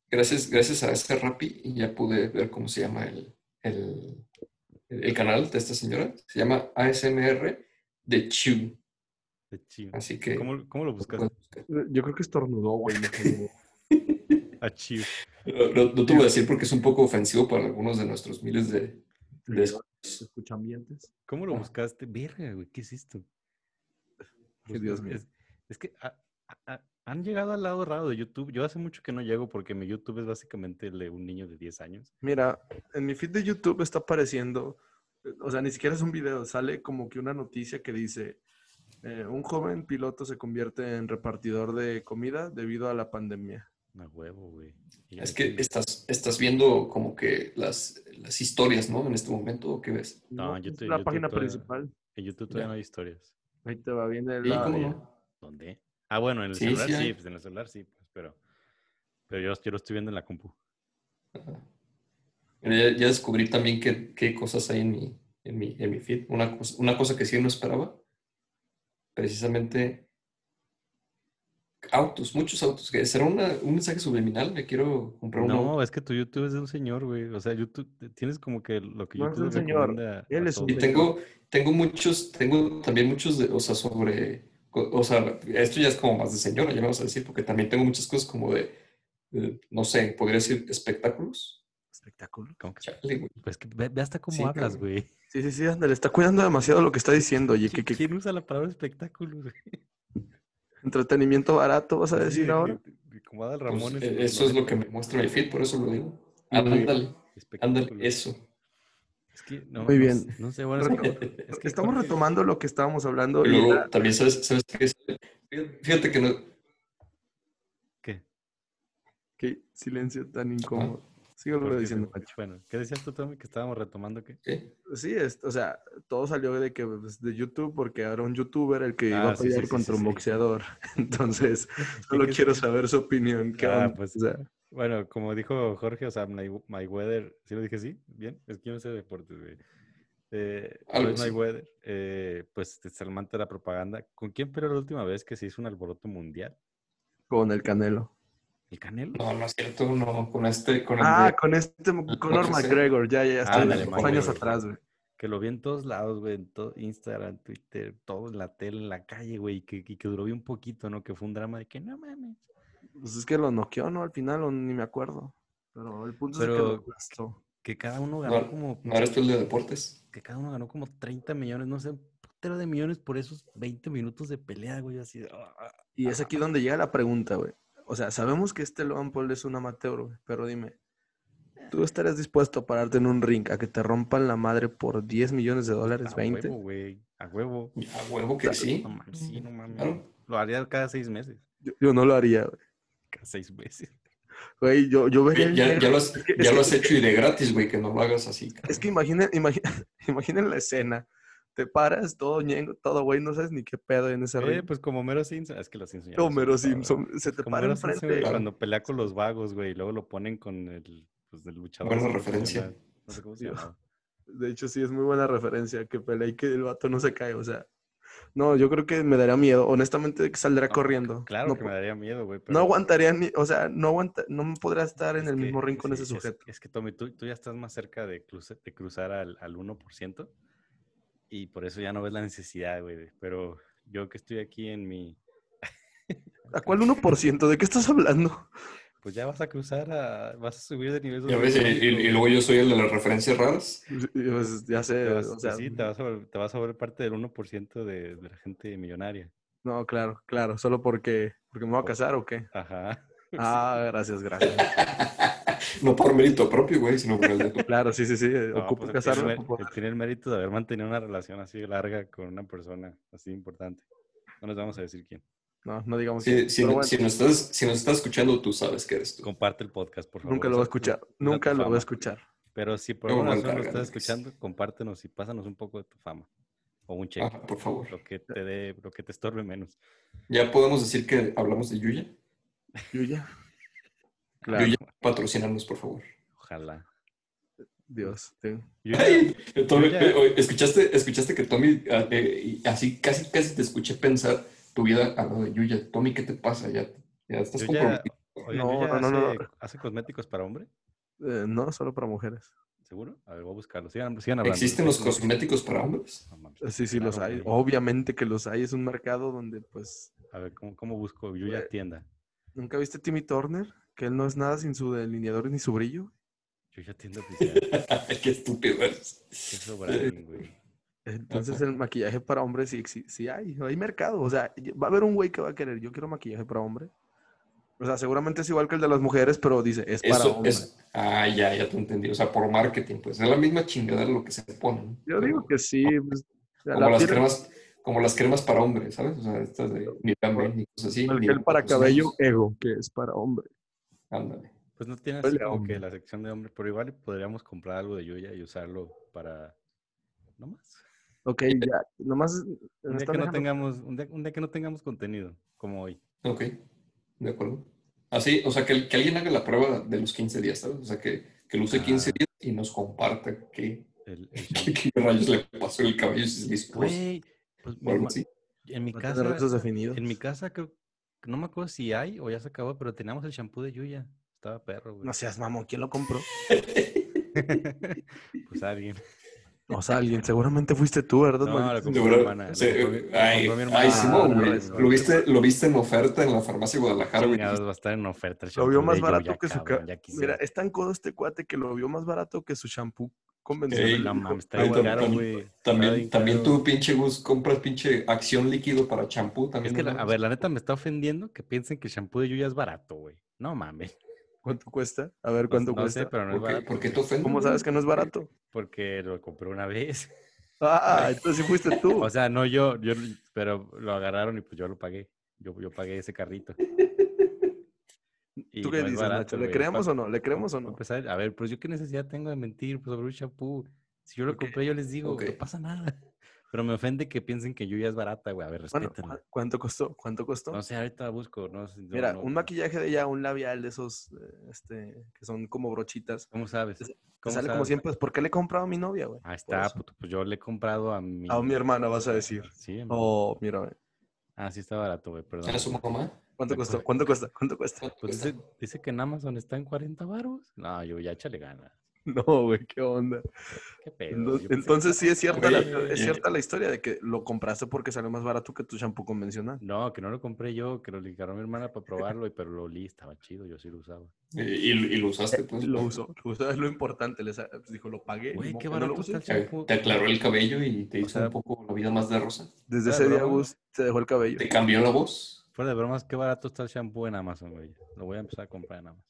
Speaker 3: gracias, gracias a ese Rappi ya pude ver cómo se llama el, el, el canal de esta señora. Se llama ASMR de Chew.
Speaker 1: De chin.
Speaker 3: Así que pues,
Speaker 1: ¿Cómo, lo- cómo lo buscas?
Speaker 3: lo,
Speaker 2: Yo creo que estornudó, güey. no sé,
Speaker 1: Achieve.
Speaker 3: lo- lo tuve que decir porque es un poco ofensivo para algunos de nuestros miles de...
Speaker 2: güey.
Speaker 3: Des-
Speaker 2: Escucha ambientes.
Speaker 1: ¿Cómo lo
Speaker 3: Ah.
Speaker 1: buscaste? Verga, güey, ¿qué es esto?
Speaker 2: Ay, Dios mío.
Speaker 1: Es, es que a- a- a- han llegado al lado raro de YouTube. Yo hace mucho que no llego porque mi YouTube es básicamente el de un niño de 10 años.
Speaker 2: Mira, en mi feed de YouTube está apareciendo, eh, o sea, ni siquiera es un video, sale como que una noticia que dice, eh, un joven piloto se convierte en repartidor de comida debido a la pandemia.
Speaker 1: Una huevo, güey. Y
Speaker 3: Es
Speaker 1: ahí
Speaker 3: que
Speaker 1: sí-
Speaker 3: estás, estás viendo como que las, las historias, ¿no? En este momento, ¿o ¿qué ves?
Speaker 1: No,
Speaker 2: es
Speaker 1: YouTube-
Speaker 2: la
Speaker 1: YouTube
Speaker 2: página
Speaker 1: todavía-
Speaker 2: principal.
Speaker 1: En YouTube todavía
Speaker 3: Ya.
Speaker 1: no hay historias.
Speaker 2: Ahí te va, viene
Speaker 3: Sí,
Speaker 2: la...
Speaker 3: ¿cómo
Speaker 1: ya.
Speaker 3: no?
Speaker 1: ¿Dónde? Ah, bueno, en el
Speaker 3: Sí,
Speaker 1: celular
Speaker 3: sí
Speaker 1: sí,
Speaker 3: hay.
Speaker 1: pues, en el celular sí, pues, pero, pero yo, yo lo estoy viendo en la compu.
Speaker 3: Mira, ya, ya descubrí también qué, qué cosas hay en mi, en mi, en mi feed. Una cosa, una cosa que sí no esperaba, precisamente autos, muchos autos. que ¿Será una- un mensaje subliminal? Me quiero comprar uno.
Speaker 1: No, es que tu YouTube es de un señor, güey. O sea, YouTube, tienes como que lo que
Speaker 2: No
Speaker 1: YouTube
Speaker 2: es de un señor,
Speaker 1: recomienda a
Speaker 2: él es un
Speaker 1: todos.
Speaker 3: Y tengo, tengo muchos, tengo también muchos, de, o sea, sobre, co- o sea, esto ya es como más de señora, ya vamos a decir, porque también tengo muchas cosas como de, eh, no sé, podría decir espectáculos.
Speaker 2: Espectáculo.
Speaker 1: Como que-
Speaker 3: Chale, güey.
Speaker 1: Pues que ve, ve hasta cómo
Speaker 3: Sí,
Speaker 1: hablas,
Speaker 3: cabrón.
Speaker 1: güey.
Speaker 2: Sí, sí, sí, ándale, está cuidando demasiado lo que está diciendo, oye, que,
Speaker 1: ¿Qui-
Speaker 2: que-
Speaker 1: ¿Quién usa la palabra espectáculo? güey?
Speaker 2: entretenimiento barato, vas a
Speaker 1: Así de
Speaker 2: decir
Speaker 1: que-
Speaker 2: ahora.
Speaker 1: de- Como Adal
Speaker 3: Pues,
Speaker 1: Ramón.
Speaker 3: eh, eso es lo que me muestra mi feed, por eso lo digo. Ándale, ándale, eso.
Speaker 1: Es que no,
Speaker 2: Muy
Speaker 1: no
Speaker 2: bien.
Speaker 1: sé- No, sé, bueno, es que- es que
Speaker 2: Estamos
Speaker 1: Jorge-
Speaker 2: retomando lo que estábamos hablando.
Speaker 3: Y
Speaker 2: y
Speaker 3: luego
Speaker 2: la-
Speaker 3: también sabes, sabes qué es? Fíjate- Fíjate que no.
Speaker 1: ¿Qué?
Speaker 2: Qué silencio tan incómodo. Síguelo
Speaker 1: Porque-
Speaker 2: diciendo.
Speaker 1: Bueno, ¿qué decías tú, Tommy? Que estábamos retomando que.
Speaker 3: ¿Sí?
Speaker 2: Sí, es- o sea, todo salió de que pues, de YouTube porque era un youtuber el que
Speaker 1: Ah,
Speaker 2: iba a
Speaker 1: sí, sí,
Speaker 2: pelear
Speaker 1: sí,
Speaker 2: contra
Speaker 1: sí,
Speaker 2: un
Speaker 1: sí.
Speaker 2: boxeador. Entonces, solo
Speaker 1: que es-
Speaker 2: quiero saber su opinión. ¿Qué
Speaker 1: Ah,
Speaker 2: onda?
Speaker 1: pues,
Speaker 2: O sea,
Speaker 1: Bueno, como dijo Jorge, o sea, Maywe- Mayweather, ¿sí lo dije así? Bien, es que yo no sé de deportes, güey. Eh,
Speaker 3: Algo
Speaker 1: Floyd
Speaker 3: así.
Speaker 1: Mayweather, eh, pues se amante de la propaganda. ¿Con quién pero la última vez que se hizo un alboroto mundial?
Speaker 2: con el canelo.
Speaker 1: ¿El Canelo?
Speaker 3: No, no es cierto, no, con este, con el
Speaker 2: Ah,
Speaker 3: de-
Speaker 2: con este Conor
Speaker 3: UFC.
Speaker 2: McGregor, ya, ya, ya está
Speaker 1: Ándale,
Speaker 2: unos años
Speaker 1: McGregor.
Speaker 2: atrás, güey.
Speaker 1: Que lo vi en todos lados, güey, en todo Instagram, Twitter, todo en la tele, en la calle, güey, y que, y que duró bien poquito, ¿no? Que fue un drama de que no mames.
Speaker 2: Pues es que lo noqueó, ¿no? Al final, o ni me acuerdo. Pero el punto es el que
Speaker 1: Pero-
Speaker 2: lo aplastó.
Speaker 1: Que cada uno ganó
Speaker 3: No,
Speaker 1: como
Speaker 3: ¿No eres tú el de deportes?
Speaker 1: que cada uno ganó como 30 millones, no sé, un putero de millones por esos 20 minutos de pelea, güey, así de, ah, ah.
Speaker 2: Y es aquí donde llega la pregunta, güey. O sea, sabemos que este Logan Paul es un amateur, güey, pero dime, ¿tú estarías dispuesto a pararte en un ring a que te rompan la madre por 10 millones de dólares,
Speaker 1: a
Speaker 2: 20?
Speaker 1: huevo, güey, a huevo.
Speaker 3: A huevo que ¿Ah, sí.
Speaker 1: No mames, sí, no mames.
Speaker 3: Claro.
Speaker 1: Lo haría cada seis meses.
Speaker 2: Yo, yo no lo haría, güey.
Speaker 1: Cada seis meses.
Speaker 2: Güey, yo, yo vería
Speaker 3: Ya,
Speaker 2: el
Speaker 3: ya-
Speaker 2: negro-
Speaker 3: ya lo has,
Speaker 2: que-
Speaker 3: ya
Speaker 2: es
Speaker 3: lo has hecho y de gratis, güey, que no lo hagas así. cabrón.
Speaker 2: Es que imaginen, imaginen, imaginen la escena. Te paras todo ñengo, todo güey, no sabes ni qué pedo en ese
Speaker 1: Eh,
Speaker 2: ring.
Speaker 1: pues como Homero Simpson. Es que los Simpson ya no son
Speaker 2: Homero
Speaker 1: los padres.
Speaker 2: Simpson se te
Speaker 1: Como
Speaker 2: para
Speaker 1: Homero Simpson, güey,
Speaker 2: enfrente.
Speaker 1: cuando pelea con los vagos, güey, y luego lo ponen con el, pues, del luchador.
Speaker 3: Buena
Speaker 1: ese
Speaker 3: referencia.
Speaker 1: profesional. No sé cómo se
Speaker 2: Yo-
Speaker 1: llama.
Speaker 2: De hecho, sí, es muy buena referencia que pelea y que el vato no se cae, o sea. No, yo creo que me daría miedo. Honestamente, que saldría corriendo.
Speaker 1: Claro
Speaker 2: no,
Speaker 1: que
Speaker 2: po-
Speaker 1: me daría miedo, güey.
Speaker 2: no
Speaker 1: pero
Speaker 2: aguantaría ni, o sea, no aguanta, no me podría estar en
Speaker 1: es
Speaker 2: el
Speaker 1: que-
Speaker 2: mismo ring con
Speaker 1: sí,
Speaker 2: ese
Speaker 1: es-
Speaker 2: sujeto.
Speaker 1: Es, que, Tommy, tú, tú ya estás más cerca de, cruce- de cruzar al, al 1%. Y por eso ya no ves la necesidad, güey. Pero yo que estoy aquí en mi...
Speaker 2: ¿A cuál 1%? ¿De qué estás hablando?
Speaker 1: Pues ya vas a cruzar a... Vas a subir de nivel.
Speaker 3: Ya ves, y, y- y luego yo soy el de las referencias raras.
Speaker 2: Y, pues, ya sé,
Speaker 1: Te vas,
Speaker 2: o sea,
Speaker 1: sí, te vas, a volver, te vas a volver parte del 1% de, de la gente millonaria.
Speaker 2: no, claro, claro, solo porque porque me voy a
Speaker 1: Por-
Speaker 2: casar o qué.
Speaker 1: Ajá.
Speaker 2: Ah, gracias, gracias.
Speaker 3: No por mérito propio, güey, sino por el de
Speaker 2: Claro, sí, sí, sí. eh,
Speaker 1: No,
Speaker 2: Ocupo
Speaker 1: pues, él tiene,
Speaker 2: casarme.
Speaker 1: el
Speaker 2: para
Speaker 1: mé-
Speaker 2: poder-
Speaker 1: él tiene el mérito de haber mantenido una relación así de larga con una persona así importante. No nos vamos a decir quién.
Speaker 2: No, no digamos.
Speaker 3: Si,
Speaker 2: que
Speaker 3: si, si nos estás, si nos estás escuchando, tú sabes que eres tú.
Speaker 1: Comparte el podcast, por favor.
Speaker 2: nunca lo va a
Speaker 1: Esa-
Speaker 2: escuchar.
Speaker 1: tu
Speaker 2: Nunca lo va
Speaker 1: fama.
Speaker 2: a escuchar.
Speaker 1: Pero si por
Speaker 3: Yo me
Speaker 1: alguna
Speaker 3: voy a
Speaker 1: razón lo
Speaker 3: encargar
Speaker 1: estás
Speaker 3: de que
Speaker 2: pues.
Speaker 3: sí.
Speaker 1: escuchando, compártenos y pásanos un poco de tu fama. O un cheque.
Speaker 3: Ajá, Ah, por favor.
Speaker 1: Lo que te dé, lo que te estorbe menos.
Speaker 3: Ya podemos decir que hablamos de Yuya.
Speaker 2: Yuya. Claro.
Speaker 3: Yuya, patrocínanos, por favor.
Speaker 1: Ojalá.
Speaker 2: Dios. sí.
Speaker 1: Yo-
Speaker 3: Ay, Tommy,
Speaker 1: Yuya.
Speaker 3: eh, oye, ¿escuchaste, escuchaste que Tommy, ah, eh, y así casi casi te escuché pensar tu vida a lo de Yuya. Tommy, ¿qué te pasa? Ya, ya estás
Speaker 1: Yuya-
Speaker 3: comprometido.
Speaker 1: oigan,
Speaker 2: No,
Speaker 1: Yuya
Speaker 2: no, no, no.
Speaker 1: hace- ¿Hace cosméticos para hombre?
Speaker 2: Eh, no, solo para mujeres.
Speaker 1: ¿Seguro? A ver, voy a buscarlo. Sigan, sigan hablando.
Speaker 3: ¿Existen los cosméticos para hombres?
Speaker 1: No mames,
Speaker 2: Eh, Sí, sí, los
Speaker 1: claro, pues.
Speaker 2: hay.
Speaker 1: güey.
Speaker 2: Obviamente que los hay. Es un mercado donde, pues,
Speaker 1: A ver, ¿cómo, cómo busco? Yuya
Speaker 2: Güey.
Speaker 1: tienda.
Speaker 2: ¿nunca viste a Timmy Turner? Que él no es nada sin su delineador ni su brillo.
Speaker 1: Yuya tienda oficial.
Speaker 3: Qué estúpido eres.
Speaker 1: Qué sobrado, güey.
Speaker 2: Entonces el maquillaje para hombres sí, sí, sí hay, hay mercado. O sea, y- va a haber un güey que va a querer, yo quiero maquillaje para hombre. O sea, seguramente es igual que el de las mujeres, pero dice, es para
Speaker 3: Eso
Speaker 2: hombre.
Speaker 3: es. Ah, ya, ya te entendí. O sea, por marketing, pues es la misma chingada lo que se ponen.
Speaker 2: Yo digo que sí. pues, o sea,
Speaker 3: como
Speaker 2: la
Speaker 3: las
Speaker 2: piel-
Speaker 3: cremas como las cremas para hombres, ¿sabes? O sea, estas de Nilamel y cosas así.
Speaker 2: el
Speaker 3: ni-
Speaker 2: gel para
Speaker 3: pues,
Speaker 2: cabello ego, que es para hombre.
Speaker 3: Ándale.
Speaker 1: Pues no tiene así
Speaker 2: Huele a
Speaker 1: como que
Speaker 2: hombre.
Speaker 1: la sección de hombre, pero igual podríamos comprar algo de Yuya y usarlo para. No más.
Speaker 2: Ok, ya. Nomás me
Speaker 1: Un día, que
Speaker 2: están
Speaker 1: Eh, no
Speaker 2: dejando-
Speaker 1: tengamos, un, día, un día que no tengamos contenido, como hoy.
Speaker 3: Ok, de acuerdo. Así, o sea, que, que alguien haga la prueba de los 15 días, ¿sabes? O sea, que, que lo use 15 días y nos comparta qué,
Speaker 1: El, el
Speaker 3: qué,
Speaker 1: shampoo.
Speaker 3: qué rayos le pasó el cabello si se le hizo rosa
Speaker 1: Güey, pues,
Speaker 3: o
Speaker 1: mi
Speaker 3: algo
Speaker 1: ma-
Speaker 3: así.
Speaker 1: en mi
Speaker 2: va a tener
Speaker 1: casa.
Speaker 2: rezos definidos.
Speaker 1: En mi casa creo. que- No me acuerdo si hay o ya se acabó, pero teníamos el shampoo de Yuya. Estaba perro, güey.
Speaker 2: No seas mamón, ¿quién lo compró?
Speaker 1: pues alguien.
Speaker 2: O sea, alguien, seguramente fuiste tú, ¿verdad?
Speaker 1: No,
Speaker 2: maldito?
Speaker 1: lo compró mi hermana.
Speaker 3: Seguro. o
Speaker 1: lo
Speaker 3: sea,
Speaker 1: compró mi- lo
Speaker 3: ay,
Speaker 1: compró mi
Speaker 3: ay,
Speaker 1: hermana.
Speaker 3: Simón,
Speaker 2: Ah,
Speaker 3: güey.
Speaker 2: no,
Speaker 3: Lo viste, lo viste en oferta en la farmacia Guadalajara, güey.
Speaker 1: Chingados, va a estar en oferta el
Speaker 2: Lo vio
Speaker 1: shampoo
Speaker 2: más
Speaker 1: de
Speaker 2: barato
Speaker 1: Yuya,
Speaker 2: que su
Speaker 1: cabrón,
Speaker 2: ca-
Speaker 1: ya
Speaker 2: Mira,
Speaker 1: quisiera.
Speaker 2: es tan codo este cuate que lo vio más barato que su shampoo
Speaker 1: Sí,
Speaker 2: convencional.
Speaker 1: Pues, no
Speaker 3: Ey,
Speaker 1: mames, está
Speaker 3: ahí
Speaker 1: bien
Speaker 3: tam-
Speaker 1: caro,
Speaker 3: tam-
Speaker 1: güey. Está bien
Speaker 3: También, también
Speaker 1: caro.
Speaker 3: tú, pinche Gus, compras pinche acción líquido para champú. También
Speaker 1: Es que,
Speaker 3: ¿no?
Speaker 1: la- a ver, la neta me está ofendiendo que piensen que el shampoo de Yuya es barato, güey. No mames.
Speaker 2: ¿Cuánto cuesta? A ver,
Speaker 1: No-
Speaker 2: ¿cuánto
Speaker 1: no
Speaker 2: cuesta?
Speaker 1: sé, pero no es
Speaker 3: ¿Por qué,
Speaker 1: barato.
Speaker 3: por qué te
Speaker 1: güey,
Speaker 3: ofendes?
Speaker 2: ¿Cómo
Speaker 3: güey?
Speaker 2: sabes que no es barato?
Speaker 1: Porque lo compré una vez.
Speaker 2: Ah, entonces sí fuiste tú.
Speaker 1: O sea, no yo, yo, pues, pero lo agarraron y pues yo lo pagué. Yo, yo pagué ese carrito. Y
Speaker 2: ¿Tú qué
Speaker 1: no es
Speaker 2: dices,
Speaker 1: barato,
Speaker 2: Nacho? ¿Le
Speaker 1: güey.
Speaker 2: creemos
Speaker 1: Pa-
Speaker 2: o no? ¿Le creemos o
Speaker 1: pa-
Speaker 2: no?
Speaker 1: pa empezar, a ver, pues yo qué necesidad tengo de mentir pues, sobre un champú. Si yo lo
Speaker 2: Ok,
Speaker 1: compré, yo les digo,
Speaker 3: ok.
Speaker 1: no pasa nada. Pero me ofende que piensen que Yuya es barata, güey. A ver,
Speaker 2: Bueno,
Speaker 1: respétenlo.
Speaker 2: ¿cu- ¿cuánto costó? ¿Cuánto costó?
Speaker 1: pues, no sé, ahorita busco. No, sé, no,
Speaker 2: Mira,
Speaker 1: no, pues.
Speaker 2: un
Speaker 1: no.
Speaker 2: maquillaje de ella, un labial de esos eh, este, que son como brochitas.
Speaker 1: ¿Cómo sabes?
Speaker 2: Te Te
Speaker 1: ¿Cómo
Speaker 2: sale como
Speaker 1: sabes?
Speaker 2: siempre. pues, ¿Por qué le he comprado a mi novia, güey?
Speaker 1: Ahí
Speaker 2: Por
Speaker 1: está,
Speaker 2: eso.
Speaker 1: puto, pues yo le he comprado a mi...
Speaker 2: A mi hermana vas a decir.
Speaker 1: Sí, a mi-
Speaker 2: Oh, mira, güey.
Speaker 1: Ah, sí está barato, güey, perdón.
Speaker 3: ¿A su mamá?
Speaker 2: ¿Cuánto
Speaker 1: Me
Speaker 2: costó?
Speaker 1: acuerdo.
Speaker 2: ¿Cuánto cuesta? ¿Cuánto cuesta?
Speaker 3: ¿Cuánto
Speaker 1: Pues
Speaker 3: cuesta?
Speaker 1: dice, dice que en Amazon está en 40 baros. No, yo ya échale ganas.
Speaker 2: No, güey, qué onda.
Speaker 1: ¿Qué pedo?
Speaker 2: Ento-
Speaker 1: Yo pensé-
Speaker 2: Entonces sí es cierta, la,
Speaker 3: Güey,
Speaker 2: es
Speaker 3: y-
Speaker 2: cierta la historia de que lo compraste porque salió más barato que tu shampoo convencional.
Speaker 1: No, que no lo compré yo, que lo ligaron mi hermana para probarlo, y pero lo olí, estaba chido, yo sí lo usaba.
Speaker 3: Eh, Y, y- y lo usaste, pues.
Speaker 2: Lo
Speaker 3: para-
Speaker 2: usó, lo usó, es lo importante. Les pues, dijo, lo pagué. ni
Speaker 1: Güey,
Speaker 2: modo
Speaker 1: qué
Speaker 2: que no lo
Speaker 1: barato está
Speaker 2: use.
Speaker 1: el
Speaker 3: Te,
Speaker 1: champú.
Speaker 3: te aclaró el cabello y te
Speaker 1: O
Speaker 3: hizo
Speaker 1: sea,
Speaker 3: un poco la vida más de rosa.
Speaker 2: Desde
Speaker 1: Ah,
Speaker 2: ese día,
Speaker 1: broma.
Speaker 2: Gus, te dejó el cabello.
Speaker 3: Te cambió la voz.
Speaker 1: Fuera de bromas, qué barato está el shampoo en Amazon, güey. Lo voy a empezar a comprar en Amazon.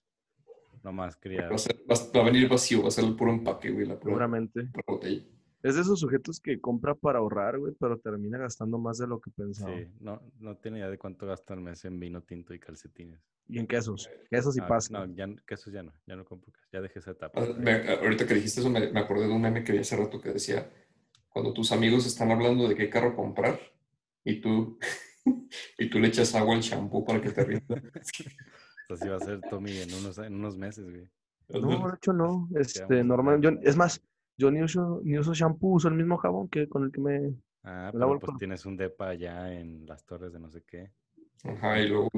Speaker 1: Nomás quería...
Speaker 3: Va a, ser- va a- va a venir vacío, va a ser el puro empaque, güey, la pura,
Speaker 2: Seguramente.
Speaker 3: pura botella.
Speaker 2: Es de esos sujetos que compra para ahorrar, güey, pero termina gastando más de lo que pensaba.
Speaker 1: Sí, no, no tiene idea de cuánto gasto al mes en vino tinto y calcetines.
Speaker 2: Y en quesos. Quesos y
Speaker 1: Ah,
Speaker 2: pasta.
Speaker 1: No, ya, que eso ya no, ya no compro queso, ya dejé esa etapa.
Speaker 3: Ah, me- Ahorita que dijiste eso, me, me acordé de un meme que vi hace rato que decía, cuando tus amigos están hablando de qué carro comprar y tú, y tú le echas agua al champú para que te rinda.
Speaker 1: Esto sí va pues, a ser Tommy en unos, en unos meses, güey.
Speaker 2: No, de hecho no. Este,
Speaker 1: vamos a
Speaker 2: normal. Yo,
Speaker 1: ver.
Speaker 2: es más, yo ni uso, ni uso shampoo, uso el mismo jabón que con el que me.
Speaker 1: Ah,
Speaker 2: Me
Speaker 1: pero
Speaker 2: lavo el
Speaker 1: pues
Speaker 2: culo.
Speaker 1: tienes un depa allá en las torres de no sé qué.
Speaker 3: Ajá, y luego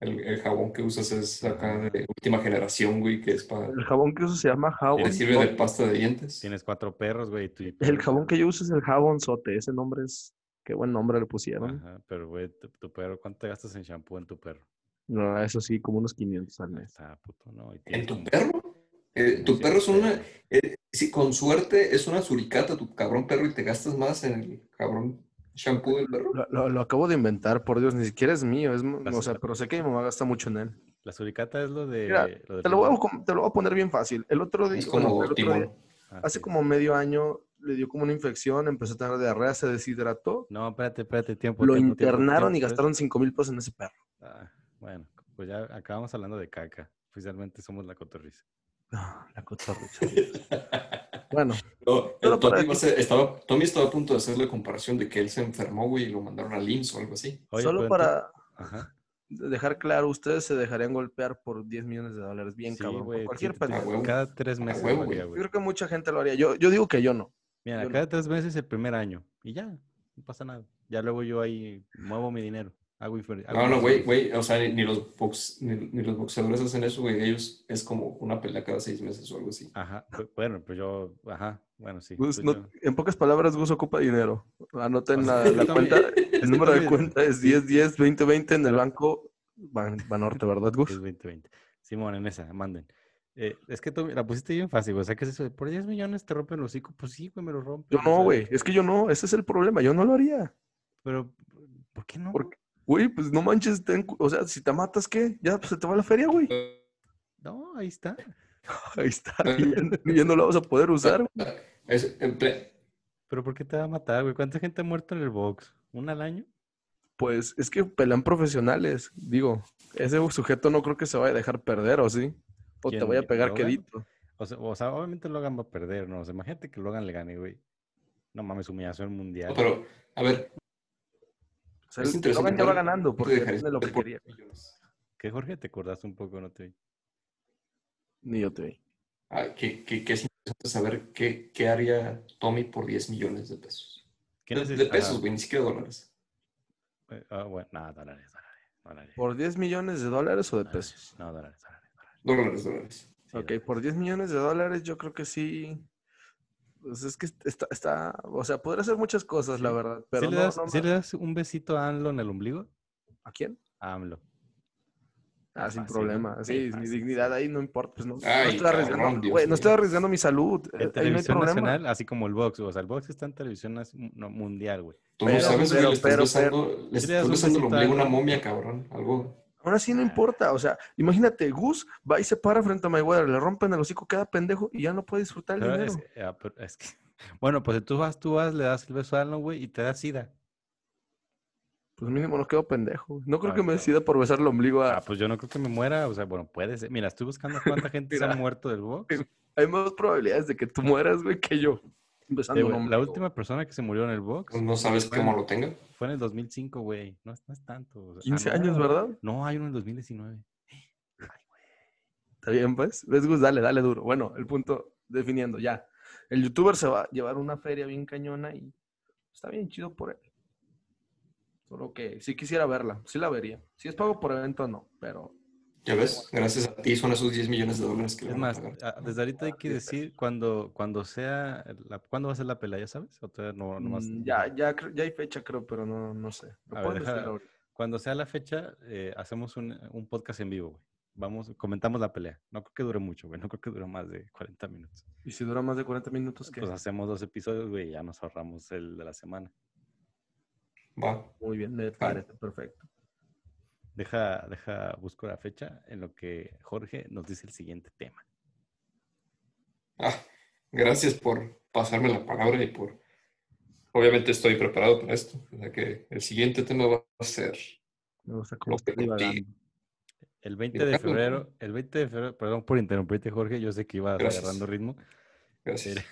Speaker 3: el, el jabón que usas es acá de última generación, güey, que es para...
Speaker 2: El jabón que uso se llama jabón.
Speaker 3: Te sirve de pasta de dientes.
Speaker 1: Tienes cuatro perros, güey. y tú- y
Speaker 2: El
Speaker 1: tú-
Speaker 2: jabón que yo uso es el jabón sote. Ese nombre es. Qué buen nombre le pusieron.
Speaker 1: Ajá, pero güey, tu, tu perro, ¿cuánto te gastas en shampoo en tu perro?
Speaker 2: No, eso sí, como unos 500 al
Speaker 1: Ahí
Speaker 2: mes.
Speaker 1: Está puto, ¿no? Y
Speaker 3: ¿En
Speaker 1: tienes
Speaker 3: tu
Speaker 1: como-
Speaker 3: perro? Eh,
Speaker 1: como
Speaker 3: tu
Speaker 1: cien
Speaker 3: perro es una...
Speaker 1: pesos.
Speaker 3: eh, si con suerte es una suricata tu cabrón perro y te gastas más en el cabrón shampoo del perro.
Speaker 2: Lo, lo- lo acabo de inventar, por Dios, ni siquiera es mío. Es, m-
Speaker 1: Las-
Speaker 2: o sea, pero sé que mi mamá gasta mucho en él.
Speaker 1: La suricata es lo de.
Speaker 2: Mira,
Speaker 1: lo del
Speaker 2: Te lo, voy a,
Speaker 1: limón.
Speaker 2: com- te lo voy a poner bien fácil. El otro día,
Speaker 3: Es como
Speaker 2: bueno, el otro día-
Speaker 3: timón.
Speaker 1: Ah,
Speaker 2: hace
Speaker 1: sí.
Speaker 2: como medio año, le dio como una infección, empezó a tener diarrea, se deshidrató,
Speaker 1: No, espérate, espérate, tiempo.
Speaker 2: lo
Speaker 1: tiempo, tiempo,
Speaker 2: internaron y
Speaker 1: tiempo,
Speaker 2: gastaron 5 mil pesos en ese perro.
Speaker 1: pues. Ah, bueno, pues ya acabamos hablando de caca. Oficialmente somos la cotorriza.
Speaker 2: Ah, la cotorriza. bueno,
Speaker 3: No, el
Speaker 2: Solo para
Speaker 3: Tommy, va a ser- estaba, Tommy estaba a punto de hacer la comparación de que él se enfermó, güey, y lo mandaron al IMSS o algo así.
Speaker 1: Oye,
Speaker 2: solo
Speaker 1: pero ento-
Speaker 2: para
Speaker 1: Ajá.
Speaker 2: dejar claro, ustedes se dejarían golpear por 10 millones de dólares, bien
Speaker 1: Sí,
Speaker 2: cabrón, por
Speaker 1: güey,
Speaker 2: cualquier
Speaker 1: sí, te-
Speaker 2: pendejo.
Speaker 3: A huevo.
Speaker 1: Cada tres meses.
Speaker 3: huevo,
Speaker 1: lo haría,
Speaker 2: Yo
Speaker 3: güey.
Speaker 1: güey.
Speaker 2: creo que mucha gente lo haría. Yo, yo digo que yo no.
Speaker 1: Mira,
Speaker 2: Yo no.
Speaker 1: cada tres meses el primer año. Y ya, no pasa nada. Ya luego yo ahí muevo mi dinero. Hago infer- hago
Speaker 3: No, no, güey,
Speaker 1: inversiones.
Speaker 3: güey, o sea, ni, ni los box, ni, ni los boxeadores hacen eso, güey, ellos es como una pelea cada seis meses o algo así.
Speaker 1: Ajá. bu- Bueno, pues yo, ajá. Bueno, sí.
Speaker 2: Gus,
Speaker 1: pues
Speaker 2: no-
Speaker 1: yo-
Speaker 2: en pocas palabras, Gus ocupa dinero. Anoten
Speaker 1: O sea,
Speaker 2: la,
Speaker 1: sí,
Speaker 2: la
Speaker 1: también.
Speaker 2: cuenta. El número de
Speaker 1: también.
Speaker 2: cuenta es 10 10 20 20 en el banco Ban- Banorte, ¿verdad,
Speaker 1: Es
Speaker 2: Gus?
Speaker 1: 2020. Simón, en esa, manden. Eh, es que tú la pusiste bien fácil, güey. O sea, ¿qué es eso? de, ¿Por 10 millones te rompen el hocico? Pues sí, güey, me lo rompen.
Speaker 2: Yo
Speaker 1: o
Speaker 2: no,
Speaker 1: sea,
Speaker 2: güey. Es que yo no. Ese es el problema. Yo no lo haría.
Speaker 1: Pero, ¿por qué no?
Speaker 2: ¿Por Güey, pues no manches. ten cu- o sea, si te matas, ¿qué? Ya pues, se te va la feria, güey.
Speaker 1: No, ahí está.
Speaker 2: Ahí está. Y ya, no- ya no la vas a poder usar. güey.
Speaker 3: Es, en ple-
Speaker 1: Pero, ¿por qué te va a matar, güey? ¿Cuánta gente ha muerto en el box? ¿Una al año?
Speaker 2: Pues es que pelean profesionales. Digo, ese sujeto no creo que se vaya a dejar perder, ¿o sí? O te
Speaker 1: ¿Quién?
Speaker 2: voy a pegar
Speaker 1: ¿Logan?
Speaker 2: quedito.
Speaker 1: O sea, o sea, obviamente Logan va a perder, ¿no? O sea, imagínate que Logan le gane, güey. No mames, humillación mundial.
Speaker 3: no, pero, a ver,
Speaker 2: O sea,
Speaker 3: Es
Speaker 2: el-
Speaker 3: interesante,
Speaker 2: Logan ya va
Speaker 3: ¿no? este
Speaker 2: ganando
Speaker 3: ¿tú
Speaker 2: porque
Speaker 3: dejarías
Speaker 2: tiene lo que
Speaker 3: de por-
Speaker 2: quería.
Speaker 1: ¿Qué, Jorge? ¿Te acordaste un poco? No te vi.
Speaker 2: Ni yo te vi.
Speaker 3: Ah, que, que, que es interesante saber qué, qué haría Tommy por 10 millones de pesos.
Speaker 1: ¿Qué
Speaker 3: De, de
Speaker 1: necesitas?
Speaker 3: pesos, güey, ni siquiera dólares.
Speaker 1: Eh, Ah, bueno, nada, dólares, dólares, dólares.
Speaker 2: ¿Por 10 millones de dólares o de
Speaker 1: dólares.
Speaker 2: pesos?
Speaker 1: No, dólares, dólares, dólares.
Speaker 3: Dólares, dólares.
Speaker 1: Ah, Sí,
Speaker 2: Ok,
Speaker 1: dólares.
Speaker 2: por 10 millones de dólares yo creo que sí. Pues es que está, está o sea, podría hacer muchas cosas, la
Speaker 1: Sí.
Speaker 2: verdad, pero
Speaker 1: ¿Sí le
Speaker 2: no,
Speaker 1: das,
Speaker 2: no
Speaker 1: sí
Speaker 2: me-
Speaker 1: le das un besito a AMLO en el ombligo?
Speaker 2: ¿A quién?
Speaker 1: A AMLO.
Speaker 2: Ah,
Speaker 1: Es fácil,
Speaker 2: sin
Speaker 1: ¿no?
Speaker 2: problema.
Speaker 1: Sí,
Speaker 2: Sí, mi
Speaker 1: fácil,
Speaker 2: dignidad
Speaker 1: sí.
Speaker 2: ahí no importa. Pues no, no
Speaker 3: Ay,
Speaker 2: estoy arriesgando,
Speaker 3: cabrón, Dios
Speaker 2: güey, no estoy
Speaker 3: mío.
Speaker 2: arriesgando mi salud. eh,
Speaker 1: En
Speaker 2: Ahí no hay
Speaker 1: televisión
Speaker 2: problema.
Speaker 1: nacional, así como el box. O sea, el box está en televisión nas- no, mundial, güey.
Speaker 3: Tú
Speaker 2: Pero,
Speaker 3: no sabes, güey,
Speaker 2: pero,
Speaker 3: le estás
Speaker 2: pero,
Speaker 3: besando, le
Speaker 1: Sí le das
Speaker 3: estás
Speaker 1: un
Speaker 3: besando
Speaker 1: besito
Speaker 3: el
Speaker 1: a
Speaker 3: ombligo a una
Speaker 1: alguien.
Speaker 3: momia, cabrón, algo.
Speaker 2: Aún así
Speaker 1: Ah.
Speaker 2: no importa. O sea, imagínate, Gus va y se para frente a Mayweather, le rompen el hocico, queda pendejo y ya no puede disfrutar el
Speaker 1: Pero
Speaker 2: dinero.
Speaker 1: es, ah, pero es que... Bueno, pues tú vas, tú vas, le das el beso a AMLO, güey, y te da sida.
Speaker 2: Pues mínimo no quedo pendejo. No creo
Speaker 1: Ah,
Speaker 2: que me
Speaker 1: claro.
Speaker 2: decida por besar el ombligo a...
Speaker 1: Ah, pues yo no creo que me muera. O sea, bueno, puede ser. Mira, estoy buscando cuánta gente se ha
Speaker 2: Mira.
Speaker 1: muerto del box.
Speaker 2: Hay más probabilidades de que tú mueras, güey, que yo. Ah, Besando
Speaker 1: Eh,
Speaker 2: un
Speaker 1: güey, la
Speaker 2: ombligo.
Speaker 1: última persona que se murió en el box
Speaker 3: Pues no sabes cómo lo tenga.
Speaker 1: fue en el 2005, güey. No, es- no es tanto. o sea, ah,
Speaker 2: 15
Speaker 1: no,
Speaker 2: años, ¿verdad?
Speaker 1: No, hay uno en el 2019.
Speaker 2: Está bien, pues. ¿Ves, Gus? Dale, dale duro. Bueno, el punto definiendo, ya. El youtuber se va a llevar una feria bien cañona y está bien chido por él. Solo que sí quisiera verla, sí la vería. Si es pago por evento, no, pero
Speaker 3: Ya ves, gracias a ti son esos 10 millones de dólares que le
Speaker 1: Es
Speaker 3: van a
Speaker 1: más,
Speaker 3: pagar.
Speaker 1: a- desde ahorita hay que decir cuando, cuando sea, la, cuándo va a ser la pelea, ¿ya sabes? O todavía no, nomás-
Speaker 2: mm, ya, ya, cre- ya hay fecha, creo, pero no, no sé. Lo
Speaker 1: A
Speaker 2: puedo
Speaker 1: ver, deja-
Speaker 2: investigar ahorita.
Speaker 1: Cuando sea la fecha, eh, hacemos un, un podcast en vivo, güey. Vamos, comentamos la pelea. No creo que dure mucho, güey. No creo que dure más de 40 minutos.
Speaker 2: Y si dura más de 40 minutos, que
Speaker 1: Pues hacemos dos episodios, güey, y ya nos ahorramos el de la semana.
Speaker 3: Va.
Speaker 2: muy bien, me
Speaker 3: Vale.
Speaker 2: parece perfecto.
Speaker 1: Deja, deja, busco la fecha en lo que Jorge nos dice el siguiente tema.
Speaker 3: Ah, gracias por pasarme la palabra y por... Obviamente estoy preparado para esto. O sea que el siguiente tema va a ser...
Speaker 2: Me gusta cómo
Speaker 3: Lo que
Speaker 2: está divagando.
Speaker 3: contigo.
Speaker 1: El 20 de
Speaker 3: Carlos, ¿no?
Speaker 1: febrero, el 20 de febrero, perdón por interrumpirte, Jorge, yo sé que ibas
Speaker 3: Gracias.
Speaker 1: agarrando ritmo.
Speaker 3: Gracias.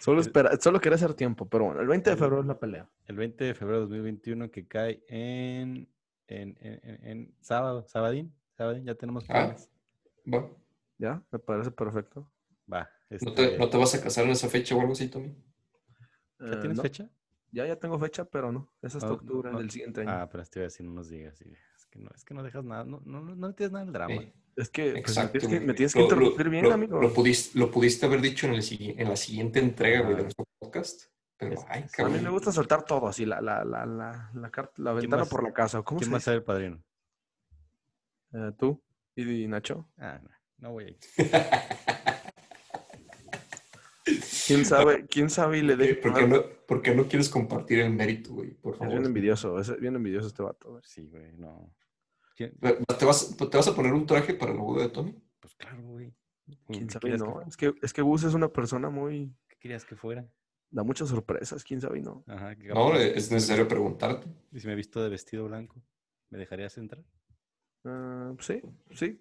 Speaker 2: Solo, espera, solo quería hacer tiempo, pero bueno, el 20 de
Speaker 1: El-
Speaker 2: febrero es la pelea.
Speaker 1: El 20 de febrero de 2021 que cae en, en, en- en- en sábado, sabadín, sabadín, ya tenemos
Speaker 3: Ah.
Speaker 1: planes.
Speaker 3: Va.
Speaker 2: ¿Ya? Me parece perfecto.
Speaker 1: Va,
Speaker 3: ¿No te,
Speaker 1: este,
Speaker 3: no te vas a casar en esa fecha o algo así, Tommy?
Speaker 1: ¿ya
Speaker 2: Eh,
Speaker 1: tienes
Speaker 2: no,
Speaker 1: fecha?
Speaker 2: Ya, ya tengo fecha, pero no. Es hasta
Speaker 1: No,
Speaker 2: octubre
Speaker 1: no.
Speaker 2: del siguiente año.
Speaker 1: Ah, pero estoy haciendo unos días. y Es que no, es que no dejas nada, no, no, no, no tienes nada del drama.
Speaker 3: Sí,
Speaker 2: Es que Ah, pues,
Speaker 3: exacto.
Speaker 2: me tienes que, me
Speaker 3: güey.
Speaker 2: tienes que
Speaker 3: Lo- lo-
Speaker 2: interrumpir bien,
Speaker 3: lo-
Speaker 2: amigo.
Speaker 3: Lo pudiste, lo pudiste haber dicho en, el, sigui- en la siguiente entrega, güey,
Speaker 1: Ajá.
Speaker 3: de nuestro podcast. Pero,
Speaker 1: Es-
Speaker 3: ay,
Speaker 1: es-
Speaker 2: Ah. a mí me
Speaker 3: cabrón.
Speaker 2: gusta soltar todo, así, la, la, la, la, la, cart- la ventana
Speaker 1: más-
Speaker 2: por la casa. ¿Cómo se
Speaker 1: ¿Quién va a
Speaker 2: dice?
Speaker 1: ser el padrino?
Speaker 2: Eh, ¿Tú? ¿Y, y Nacho?
Speaker 1: Ah, no, no voy a ir.
Speaker 2: ¿Quién sabe? ¿Quién sabe y le
Speaker 3: ¿Qué?
Speaker 2: dejo?
Speaker 3: ¿Por qué, no, por qué no quieres compartir el mérito, güey? Por
Speaker 2: Es
Speaker 3: favor.
Speaker 2: bien envidioso, es bien envidioso este vato. güey.
Speaker 1: Sí, güey, no. ¿Quién?
Speaker 3: ¿Te vas, ¿Te vas a poner un traje para el boda de Tommy?
Speaker 1: Pues claro, güey.
Speaker 2: ¿Quién
Speaker 1: ¿Qué
Speaker 2: sabe y
Speaker 1: querías que
Speaker 2: no?
Speaker 1: fu-
Speaker 2: Es que, es que Gus es una persona muy...
Speaker 1: ¿Qué querías que fuera?
Speaker 2: Da muchas sorpresas, ¿quién sabe y no?
Speaker 1: Ajá, que
Speaker 3: No,
Speaker 1: capaz-
Speaker 2: pues.
Speaker 3: es necesario preguntarte.
Speaker 1: ¿Y si me he visto de vestido blanco? ¿Me dejarías entrar?
Speaker 2: Ah, sí, sí,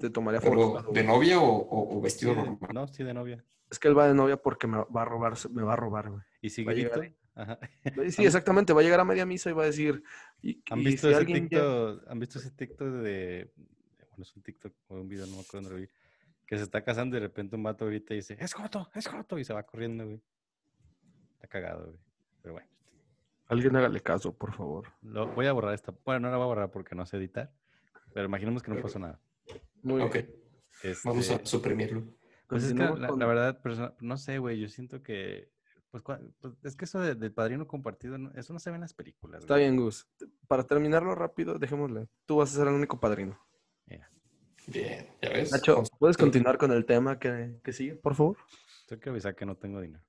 Speaker 2: te tomaría fotos.
Speaker 3: Pero,
Speaker 2: claro,
Speaker 3: ¿de
Speaker 2: güey.
Speaker 3: novia o, o- o
Speaker 1: Sí,
Speaker 3: vestido
Speaker 1: de-
Speaker 3: normal?
Speaker 1: no, sí, de novia.
Speaker 2: Es que él va de novia porque me va a robar, me va a robar, güey.
Speaker 1: ¿Y si
Speaker 2: Va a llegar
Speaker 1: grito? Ajá.
Speaker 2: Sí, exactamente, va a llegar a media misa y va a decir... y-
Speaker 1: ¿Han
Speaker 2: y
Speaker 1: visto,
Speaker 2: si
Speaker 1: ese
Speaker 2: alguien llega-
Speaker 1: TikTok, ¿Han visto ese TikTok de... Bueno, es un TikTok o un video, no me acuerdo dónde lo vi. Que se está casando y de repente un vato ahorita dice, ¡Es Joto! ¡Es Joto! Y se va corriendo, güey. Está cagado, güey. Pero bueno.
Speaker 2: Alguien hágale caso, por favor.
Speaker 1: Lo, voy a borrar esta. Bueno, no la voy a borrar porque no sé editar. Pero imaginemos que no
Speaker 3: Pero-
Speaker 1: pasó nada.
Speaker 2: Muy
Speaker 3: Ok,
Speaker 2: bien.
Speaker 3: vamos a
Speaker 1: Este,
Speaker 3: suprimirlo.
Speaker 1: Pues es que
Speaker 2: Continuamos
Speaker 1: la,
Speaker 2: con-
Speaker 1: la verdad, persona- no sé, güey, yo siento que... Pues, cua- pues, es que eso de- del padrino compartido, no- eso no se ve en las películas.
Speaker 2: Está
Speaker 1: güey.
Speaker 2: bien, Gus. Para terminarlo rápido, dejémosle. Tú vas a ser el único padrino.
Speaker 3: Bien, ya ves.
Speaker 2: Nacho,
Speaker 3: Con-
Speaker 2: ¿puedes continuar con el tema que, que sigue, por favor?
Speaker 1: Tengo que avisar que no tengo dinero.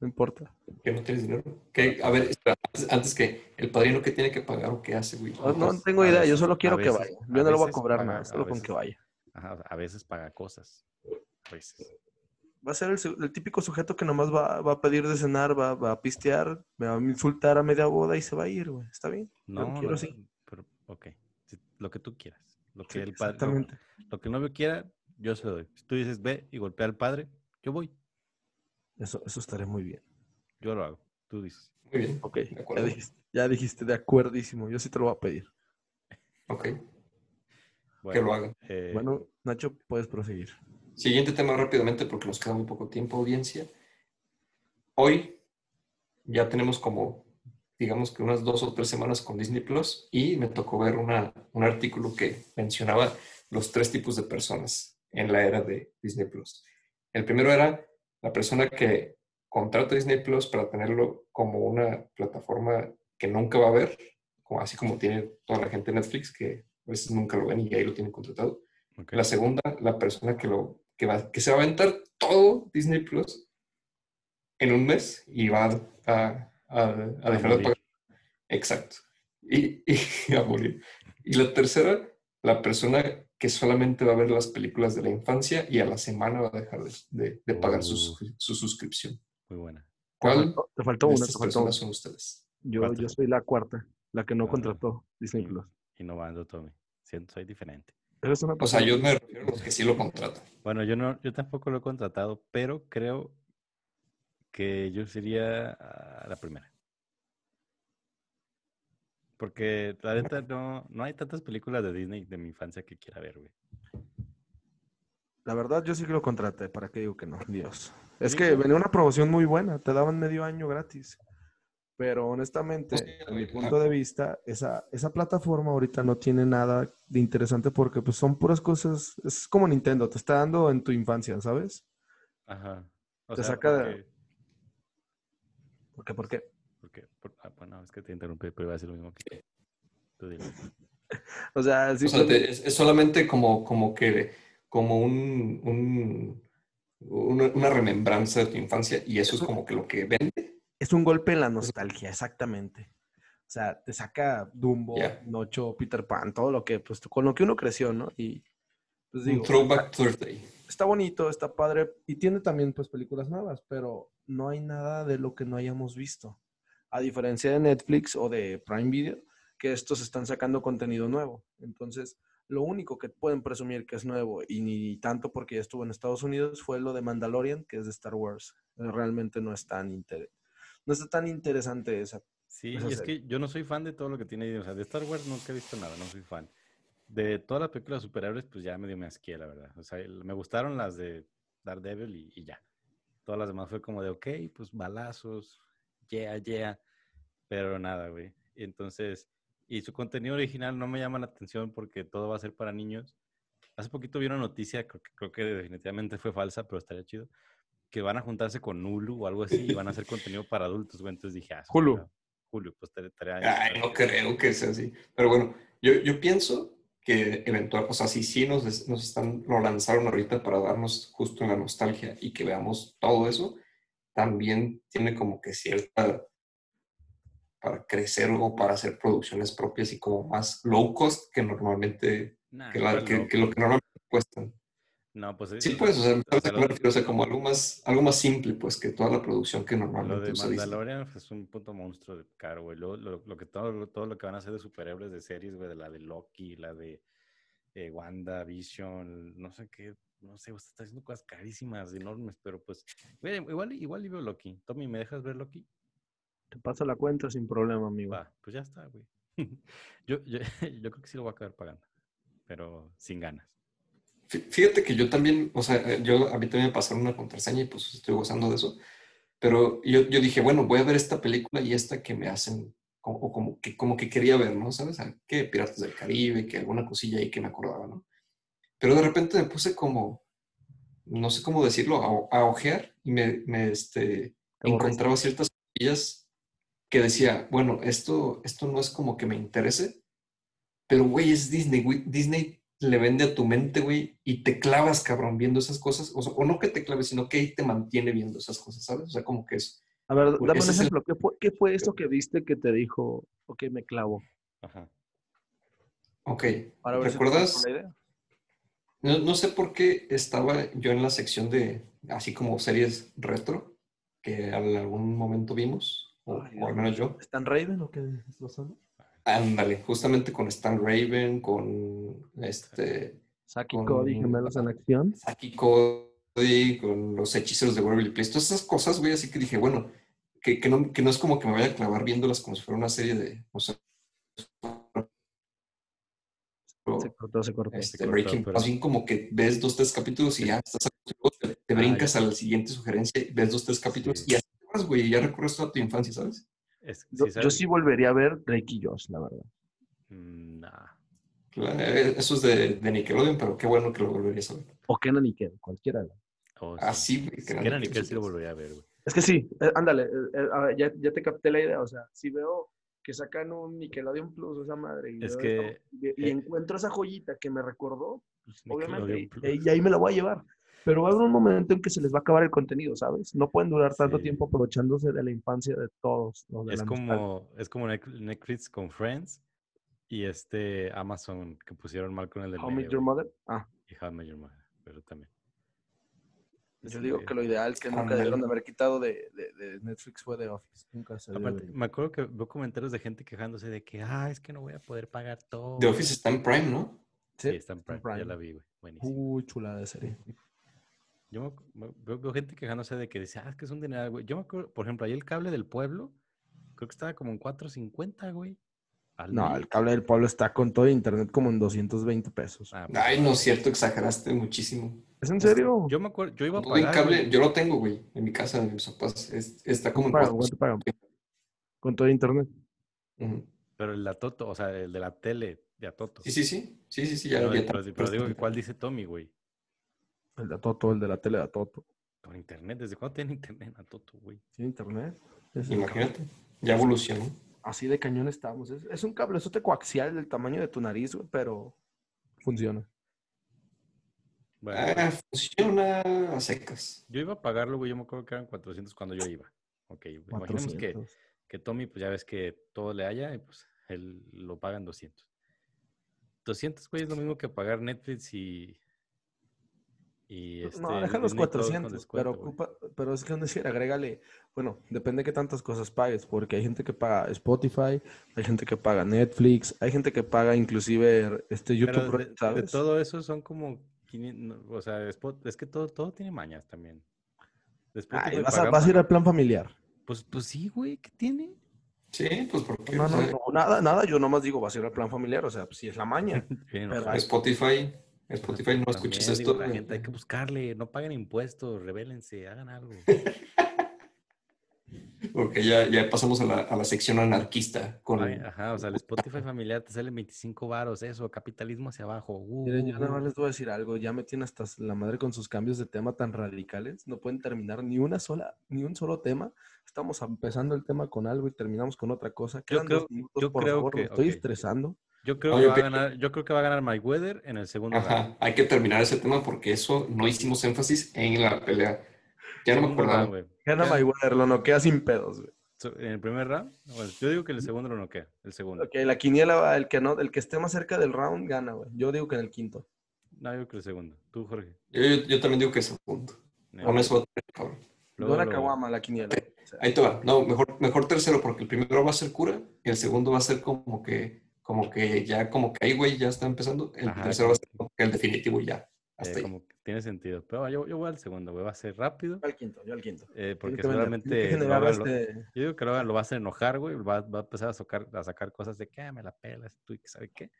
Speaker 2: No importa.
Speaker 3: ¿Que no tienes dinero? ¿Qué? A ver, espera, antes, antes que el padrino que tiene que pagar o qué hace, güey.
Speaker 2: No, Ah, no
Speaker 3: Entonces,
Speaker 2: tengo
Speaker 1: pues, a
Speaker 2: idea, yo
Speaker 1: veces-
Speaker 2: solo quiero
Speaker 1: a
Speaker 2: que
Speaker 1: veces-
Speaker 2: vaya.
Speaker 1: a
Speaker 2: Yo no le voy a
Speaker 1: veces
Speaker 2: cobrar
Speaker 1: paga-
Speaker 2: nada,
Speaker 1: a
Speaker 2: solo con que
Speaker 1: veces-
Speaker 2: vaya.
Speaker 1: Ajá, o sea, a veces paga cosas. A veces.
Speaker 2: Va a ser el, su- el típico sujeto que nomás va, va a pedir de cenar, va, va a pistear, me va a insultar a media boda y se va a ir, güey. ¿Está bien?
Speaker 1: No,
Speaker 2: quiero
Speaker 1: no,
Speaker 2: sí.
Speaker 1: Pero, ok. si- lo que tú quieras. Lo que,
Speaker 2: Sí,
Speaker 1: el padre, lo,
Speaker 2: exactamente.
Speaker 1: lo que el novio quiera, yo se lo doy. Si tú dices ve y golpea al padre, yo voy.
Speaker 2: Eso, eso estaría muy bien.
Speaker 1: Yo lo hago. Tú dices.
Speaker 3: Muy bien,
Speaker 2: Ok, ya
Speaker 3: acuerdo.
Speaker 2: dijiste, ya dijiste, de acuerdísimo. Yo sí te lo voy a pedir.
Speaker 3: ok, que
Speaker 1: Bueno,
Speaker 3: lo haga.
Speaker 1: eh,
Speaker 2: Bueno, Nacho, puedes proseguir.
Speaker 3: Siguiente tema rápidamente porque nos queda muy poco tiempo, audiencia. Hoy ya tenemos como, digamos que unas dos o tres semanas con Disney Plus y me tocó ver una, un artículo que mencionaba los tres tipos de personas en la era de Disney Plus. El primero era la persona que contrata Disney Plus para tenerlo como una plataforma que nunca va a ver, como, así como tiene toda la gente Netflix que a veces nunca lo ven y ahí lo tienen contratado.
Speaker 1: ok.
Speaker 3: La segunda, la persona que, lo, que, va, que se va a aventar todo Disney Plus en un mes y va a, a- a- a
Speaker 1: A
Speaker 3: dejar de
Speaker 1: morir.
Speaker 3: pagar. Exacto. Y, y a morir. Y la tercera, la persona que solamente va a ver las películas de la infancia y a la semana va a dejar de, de- de pagar su,
Speaker 1: Uh.
Speaker 3: suscri- su suscripción.
Speaker 1: Muy buena.
Speaker 2: Te
Speaker 3: ¿Cuál Este
Speaker 2: faltó- Te
Speaker 3: de
Speaker 2: faltó una,
Speaker 3: estas
Speaker 2: te faltó una.
Speaker 3: personas son ustedes?
Speaker 2: Yo,
Speaker 1: Cuatro.
Speaker 2: yo soy la cuarta, la que no
Speaker 1: Ah.
Speaker 2: contrató Disney Plus.
Speaker 1: Innovando, Tommy. Siento, soy diferente.
Speaker 2: Eres una
Speaker 3: O sea,
Speaker 2: persona-
Speaker 3: yo me refiero a los que sí lo contratan.
Speaker 1: Bueno, yo no, yo tampoco lo he contratado, pero creo que yo sería ah, la primera. Porque la neta no, no hay tantas películas de Disney de mi infancia que quiera ver, güey.
Speaker 2: La verdad, yo sí que lo contraté. ¿Para qué digo que no? Dios. Es
Speaker 1: Sí,
Speaker 2: que
Speaker 1: claro.
Speaker 2: venía una promoción muy buena. Te daban medio año gratis. Pero honestamente,
Speaker 3: Pues sí,
Speaker 2: a mi
Speaker 3: güey,
Speaker 2: punto de vista, esa, esa plataforma ahorita no tiene nada de interesante porque pues son puras cosas. Es como Nintendo, te está dando en tu infancia, ¿sabes?
Speaker 1: Ajá. O
Speaker 2: Te saca de-
Speaker 1: porque-
Speaker 2: ¿Por qué? ¿Por qué?
Speaker 1: Porque, por- ah, bueno, es que te interrumpí, pero iba a decir lo mismo que tú. dile.
Speaker 2: O sea, sí,
Speaker 3: O sea, te- es, es solamente como, como que, como un, un- una, una remembranza de tu infancia y eso es como que lo que ven.
Speaker 2: es un golpe en la nostalgia, exactamente. O sea, te saca Dumbo,
Speaker 3: Ya.
Speaker 2: Nocho, Peter Pan, todo lo que, pues, con lo que uno creció, ¿no? Y pues digo,
Speaker 3: Un Throwback Thursday.
Speaker 2: está bonito, está padre y tiene también pues películas nuevas, pero no hay nada de lo que no hayamos visto. A diferencia de Netflix o de Prime Video, que estos están sacando contenido nuevo. Entonces, lo único que pueden presumir que es nuevo y ni tanto porque ya estuvo en Estados Unidos fue lo de Mandalorian, que es de Star Wars. Realmente no es tan inter- no está tan interesante esa.
Speaker 1: Sí,
Speaker 2: Esa
Speaker 1: y es
Speaker 2: serie.
Speaker 1: que yo no soy fan de todo lo que tiene Disney. O sea, de Star Wars nunca he visto nada, no soy fan. De todas las películas de superhéroes, pues ya medio me asqué, la verdad. O sea, el- me gustaron las de Daredevil y, y ya. Todas las demás fue como de, ok, pues balazos, yeah, yeah. Pero nada, güey. Y Entonces, y su contenido original no me llama la atención porque todo va a ser para niños. Hace poquito vi una noticia, creo que, creo que definitivamente fue falsa, pero estaría chido, que van a juntarse con Hulu o algo así y van a hacer contenido para adultos, güey. Entonces dije, ah, eso
Speaker 2: Hulu.
Speaker 1: está- Hulu, pues estaría- estaría-
Speaker 3: Ay, no creo que sea así. Pero bueno, yo, yo pienso que eventual, o sea, si sí nos, des- nos están, lo lanzaron ahorita para darnos justo en la nostalgia y que veamos todo eso, también tiene como que cierta para crecer o para hacer producciones propias y como más low cost que normalmente,
Speaker 1: Nah,
Speaker 3: que, la-
Speaker 1: ¿cuál
Speaker 3: que-
Speaker 1: Ah, no?
Speaker 3: que lo que normalmente cuestan.
Speaker 1: No, pues
Speaker 3: Sí,
Speaker 1: lo-
Speaker 3: pues, o sea,
Speaker 1: lo-
Speaker 3: ¿sabes a
Speaker 1: lo-
Speaker 3: qué me refiero? O sea, como algo más, algo más simple, pues, que toda la producción que normalmente
Speaker 1: Lo de
Speaker 3: usa Disney.
Speaker 1: Mandalorian pues, es un punto monstruo de caro, güey. Lo, lo- lo que todo, lo- todo lo que van a hacer de superhéroes de series, güey, de la de Loki, la de eh, Wanda, Vision, no sé qué, no sé, o sea, está haciendo cosas carísimas, enormes, pero pues, mira, igual, igual y veo Loki. Tommy, ¿me dejas ver Loki?
Speaker 2: Te paso la cuenta sin problema, amigo.
Speaker 1: Va, pues ya está, güey. yo, yo, yo creo que sí lo voy a acabar pagando, pero sin ganas.
Speaker 3: Fí- Fíjate que yo también, o sea, eh, yo a mí también me pasaron una contraseña y pues estoy gozando de eso. Pero yo, yo dije, bueno, voy a ver esta película y esta que me hacen, como, o como, que, como que quería ver, ¿no? ¿Sabes? Ah, Que Piratas del Caribe, que alguna cosilla ahí que me acordaba, ¿no? Pero de repente me puse como, no sé cómo decirlo, a, o- a ojear y me, me, este,
Speaker 2: Te borraste.
Speaker 3: encontraba ciertas cosillas que decía, bueno, esto, esto no es como que me interese, pero güey, es Disney, güey. Disney le vende a tu mente, güey, y te clavas, cabrón, viendo esas cosas, o, sea, o no que te claves, sino que ahí te mantiene viendo esas cosas, ¿sabes? O sea, como que es,
Speaker 2: A ver,
Speaker 3: Pues,
Speaker 2: dame un
Speaker 3: ese es el-
Speaker 2: ejemplo. ¿Qué fue, ¿Qué fue eso que viste que te dijo, ok, me clavo?
Speaker 1: Ajá.
Speaker 3: ok,
Speaker 2: Para ver si te
Speaker 3: ¿Recuerdas?
Speaker 2: compro la idea.
Speaker 3: no, no sé por qué estaba yo en la sección de, así como series retro, que en algún momento vimos, o,
Speaker 2: Ay,
Speaker 3: o al menos yo.
Speaker 2: ¿Están Raven o qué? ¿Lo son?
Speaker 3: Ándale, justamente con Stan Raven, con este...
Speaker 2: Saki
Speaker 3: Con-
Speaker 2: Cody, gemelos en acción.
Speaker 3: Saki Cody, con los hechiceros de Waverly Place, todas esas cosas, güey, así que dije, bueno, que, que no, que no es como que me vaya a clavar viéndolas como si fuera una serie de, no sé, o,
Speaker 2: Se cortó, se cortó.
Speaker 3: este,
Speaker 1: cortó,
Speaker 3: Breaking
Speaker 1: pero-
Speaker 3: Bad, así como que ves dos, tres capítulos y ya estás, te, te
Speaker 1: Ah,
Speaker 3: brincas
Speaker 1: ya.
Speaker 3: a la siguiente sugerencia, ves dos, tres capítulos
Speaker 1: Sí.
Speaker 3: y ya te vas, güey, y ya recorres toda tu infancia, ¿sabes?
Speaker 1: Es,
Speaker 2: Yo, yo
Speaker 1: ¿sabes?
Speaker 2: sí volvería a ver Drake y Josh, la verdad.
Speaker 1: Mm, nah.
Speaker 3: La- eh, eso es de, de Nickelodeon, pero qué bueno que lo volverías a ver.
Speaker 2: O Kenan y Kel, cualquiera. de las-
Speaker 1: Oh, Pues sí.
Speaker 3: Así, güey.
Speaker 1: Si quiera ni que sí lo volvería a ver, güey.
Speaker 2: Es que sí, eh, ándale, eh, eh, a ver, ya, ya te capté la idea. O sea, si veo que sacan un Nickelodeon Plus, esa madre, y,
Speaker 1: Es
Speaker 2: veo
Speaker 1: que,
Speaker 2: eso, y- y
Speaker 1: eh,
Speaker 2: encuentro esa joyita que me recordó,
Speaker 1: Pues,
Speaker 2: obviamente,
Speaker 1: Nickelodeon
Speaker 2: y-
Speaker 1: Plus.
Speaker 2: y, ahí me la voy a llevar. Pero va a haber un momento en que se les va a acabar el contenido, ¿sabes? No pueden durar tanto
Speaker 1: Sí.
Speaker 2: tiempo aprovechándose de la infancia de todos. ¿no? De
Speaker 1: Es
Speaker 2: la nostalgia.
Speaker 1: como, es como Net- Netflix con Friends y este Amazon que pusieron mal con el del
Speaker 2: How I Met
Speaker 1: medio,
Speaker 2: Your
Speaker 1: güey,
Speaker 2: Mother. Ah,
Speaker 1: y How I Met Your Mother, pero también.
Speaker 2: Yo digo que lo ideal que nunca debieron de haber quitado de, de- de Netflix fue The Office. Nunca se debió
Speaker 1: Aparte,
Speaker 2: de-
Speaker 1: me acuerdo que veo comentarios de gente quejándose de que, ah, es que no voy a poder pagar todo.
Speaker 3: The Office está en Prime, ¿no?
Speaker 1: Sí,
Speaker 2: Sí,
Speaker 1: está en Prime,
Speaker 2: Prime.
Speaker 1: ya la vi, güey. Buenísimo.
Speaker 2: Uy, chulada de serie.
Speaker 1: Yo me acu- me- veo, veo gente quejándose de que dice, ah, es que es un dinero, güey. Yo me acuerdo, por ejemplo, ahí el cable del pueblo, creo que estaba como en 4.50, güey. al
Speaker 2: No,
Speaker 1: mes.
Speaker 2: el cable del pueblo está con todo internet como en 220 pesos.
Speaker 1: Ah, pues,
Speaker 3: Ay, no es cierto, exageraste muchísimo.
Speaker 2: ¿Es en serio?
Speaker 1: Yo me acuerdo, yo iba a
Speaker 3: Todo en
Speaker 1: pagar,
Speaker 3: cable,
Speaker 1: güey.
Speaker 3: yo lo tengo, güey, en mi casa, de mis papás. Es- está como en
Speaker 2: Paga,
Speaker 3: cuatro.
Speaker 2: ¿cuánto pagan? Con todo internet.
Speaker 3: Ujú.
Speaker 1: pero el de la Toto, o sea, el de la tele de Atoto.
Speaker 3: Sí, sí, sí. Sí, sí, sí, ya
Speaker 1: Pero,
Speaker 3: ya
Speaker 1: pero-
Speaker 3: también
Speaker 1: pero
Speaker 3: está
Speaker 1: digo
Speaker 3: en
Speaker 1: que cuál
Speaker 3: Prime.
Speaker 1: dice Tommy, güey.
Speaker 2: El de Toto, el de la tele de Toto.
Speaker 1: Con internet, ¿desde cuándo tiene internet Atoto, güey?
Speaker 2: ¿Tiene internet? Es el cable.
Speaker 3: Imagínate, ya evolucionó.
Speaker 2: Así de cañón estamos. Es, es un cablezote coaxial del tamaño de tu nariz, güey, pero funciona.
Speaker 1: Bueno,
Speaker 3: Ah, funciona a secas.
Speaker 1: yo iba a pagarlo, güey, yo me acuerdo que eran 400 cuando yo iba. Ok, imaginemos que,
Speaker 2: 400.
Speaker 1: que Tommy, pues ya ves que todo le haya y pues él lo pagan 200. 200, güey, es lo mismo que pagar Netflix y. y este,
Speaker 2: no, deja los
Speaker 1: Disney todo con
Speaker 2: 400, pero,
Speaker 1: descuento, güey.
Speaker 2: ocupa- pero es que donde decir, agrégale, bueno, depende de qué tantas cosas pagues, porque hay gente que paga Spotify, hay gente que paga Netflix, hay gente que paga inclusive este
Speaker 1: Pero
Speaker 2: YouTube,
Speaker 1: de- de,
Speaker 2: ¿sabes?
Speaker 1: todo eso son como. 500, o sea, Spot- es que todo, todo tiene mañas también. Después
Speaker 2: Ay, vas, a, vas a ir al plan familiar.
Speaker 1: Pues, pues sí, güey, ¿qué tiene?
Speaker 3: Sí, pues porque
Speaker 2: No, no,
Speaker 3: pues,
Speaker 2: no, nada, nada, yo nomás digo, vas a ir al plan familiar, o sea, pues, si es la maña.
Speaker 1: Bien,
Speaker 2: Pero
Speaker 1: ojalá.
Speaker 3: Spotify, Spotify no
Speaker 1: También,
Speaker 3: escuchas
Speaker 1: digo,
Speaker 3: esto.
Speaker 1: la
Speaker 3: güey.
Speaker 1: gente, hay que buscarle, no paguen impuestos, rebélense, hagan algo.
Speaker 3: Porque ya, ya pasamos a la, a la sección anarquista con
Speaker 1: Paguen- Ajá, o sea, el Spotify familiar te salen 25 varos, eso, capitalismo hacia abajo. uh,
Speaker 2: Miren, yo
Speaker 1: uh,
Speaker 2: nada
Speaker 1: uh.
Speaker 2: más les voy a decir algo, ya me tienen hasta la madre con sus cambios de tema tan radicales, no pueden terminar ni una sola, ni un solo tema. Estamos empezando el tema con algo y terminamos con otra cosa. Quedan
Speaker 1: creo-
Speaker 2: dos minutos,
Speaker 1: yo
Speaker 2: por
Speaker 1: creo
Speaker 2: favor,
Speaker 1: que-
Speaker 2: me estoy
Speaker 1: ok.
Speaker 2: estresando.
Speaker 1: Yo creo
Speaker 3: Oye,
Speaker 1: que va a
Speaker 3: pero-
Speaker 1: ganar, yo creo que va a ganar Mayweather en el segundo round.
Speaker 3: Ajá, hay que terminar ese tema porque eso no hicimos énfasis en la pelea. Ya no me
Speaker 1: Segundo round,
Speaker 3: acordaba.
Speaker 1: güey.
Speaker 2: Gana
Speaker 3: Ya.
Speaker 2: Mayweather, lo noquea sin pedos, güey.
Speaker 1: So, En el primer round, bueno, yo digo que en el segundo lo noquea, el segundo.
Speaker 2: Ok, la quiniela va, el que no, el que esté más cerca del round gana, güey. Yo digo que en el quinto.
Speaker 1: No, yo creo que el segundo. Tú, Jorge.
Speaker 3: Yo, yo- yo también digo que ese punto.
Speaker 1: No,
Speaker 3: Con eso va a tener, cabrón.
Speaker 1: luego,
Speaker 2: No la
Speaker 1: luego.
Speaker 2: caguama, la quiniela. O sea,
Speaker 3: Ahí te va. No, mejor, mejor tercero, porque el primero va a ser cura, y el segundo va a ser como que, como que ya, como que ahí, güey, ya está empezando. El
Speaker 1: Ajá,
Speaker 3: tercero va a ser
Speaker 1: como
Speaker 3: como que el definitivo y ya.
Speaker 1: Eh,
Speaker 3: Hasta ahí.
Speaker 1: como que tiene sentido. Pero yo, yo voy al segundo, güey. Va a ser rápido.
Speaker 2: yo al quinto, yo al quinto.
Speaker 1: eh,
Speaker 2: Tiene
Speaker 1: porque
Speaker 2: que vender, tiene que
Speaker 1: seguramente.
Speaker 2: generar,
Speaker 1: logra lo-
Speaker 2: este,
Speaker 1: Yo digo que lo, va- lo vas a enojar, güey. Va, va a empezar a, socar- a sacar cosas de que "Ah, me la pelas, tú y que sabe qué.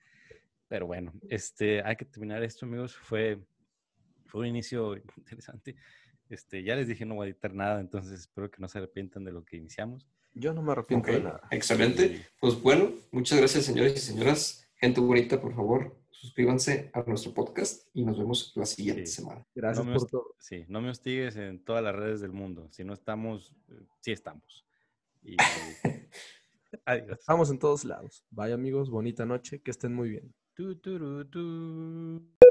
Speaker 1: Pero bueno, este, hay que terminar esto, amigos. Fue, fue un inicio interesante. Este, ya les dije, no voy a editar nada, entonces espero que no se arrepientan de lo que iniciamos.
Speaker 2: Yo no me
Speaker 3: Ok,
Speaker 2: arrepiento de nada.
Speaker 3: excelente. Pues bueno, muchas gracias, señores y señoras. Gente bonita, por favor, suscríbanse a nuestro podcast y nos vemos la siguiente
Speaker 1: Sí.
Speaker 3: semana.
Speaker 2: Gracias
Speaker 1: me
Speaker 2: por
Speaker 1: gusta.
Speaker 2: todo.
Speaker 1: Sí, no me hostigues en todas las redes del mundo. Si no estamos, eh, sí estamos. Y adiós.
Speaker 2: Estamos en todos lados. Bye amigos, bonita noche, que estén muy bien.
Speaker 1: Tu, tu, ru, tu.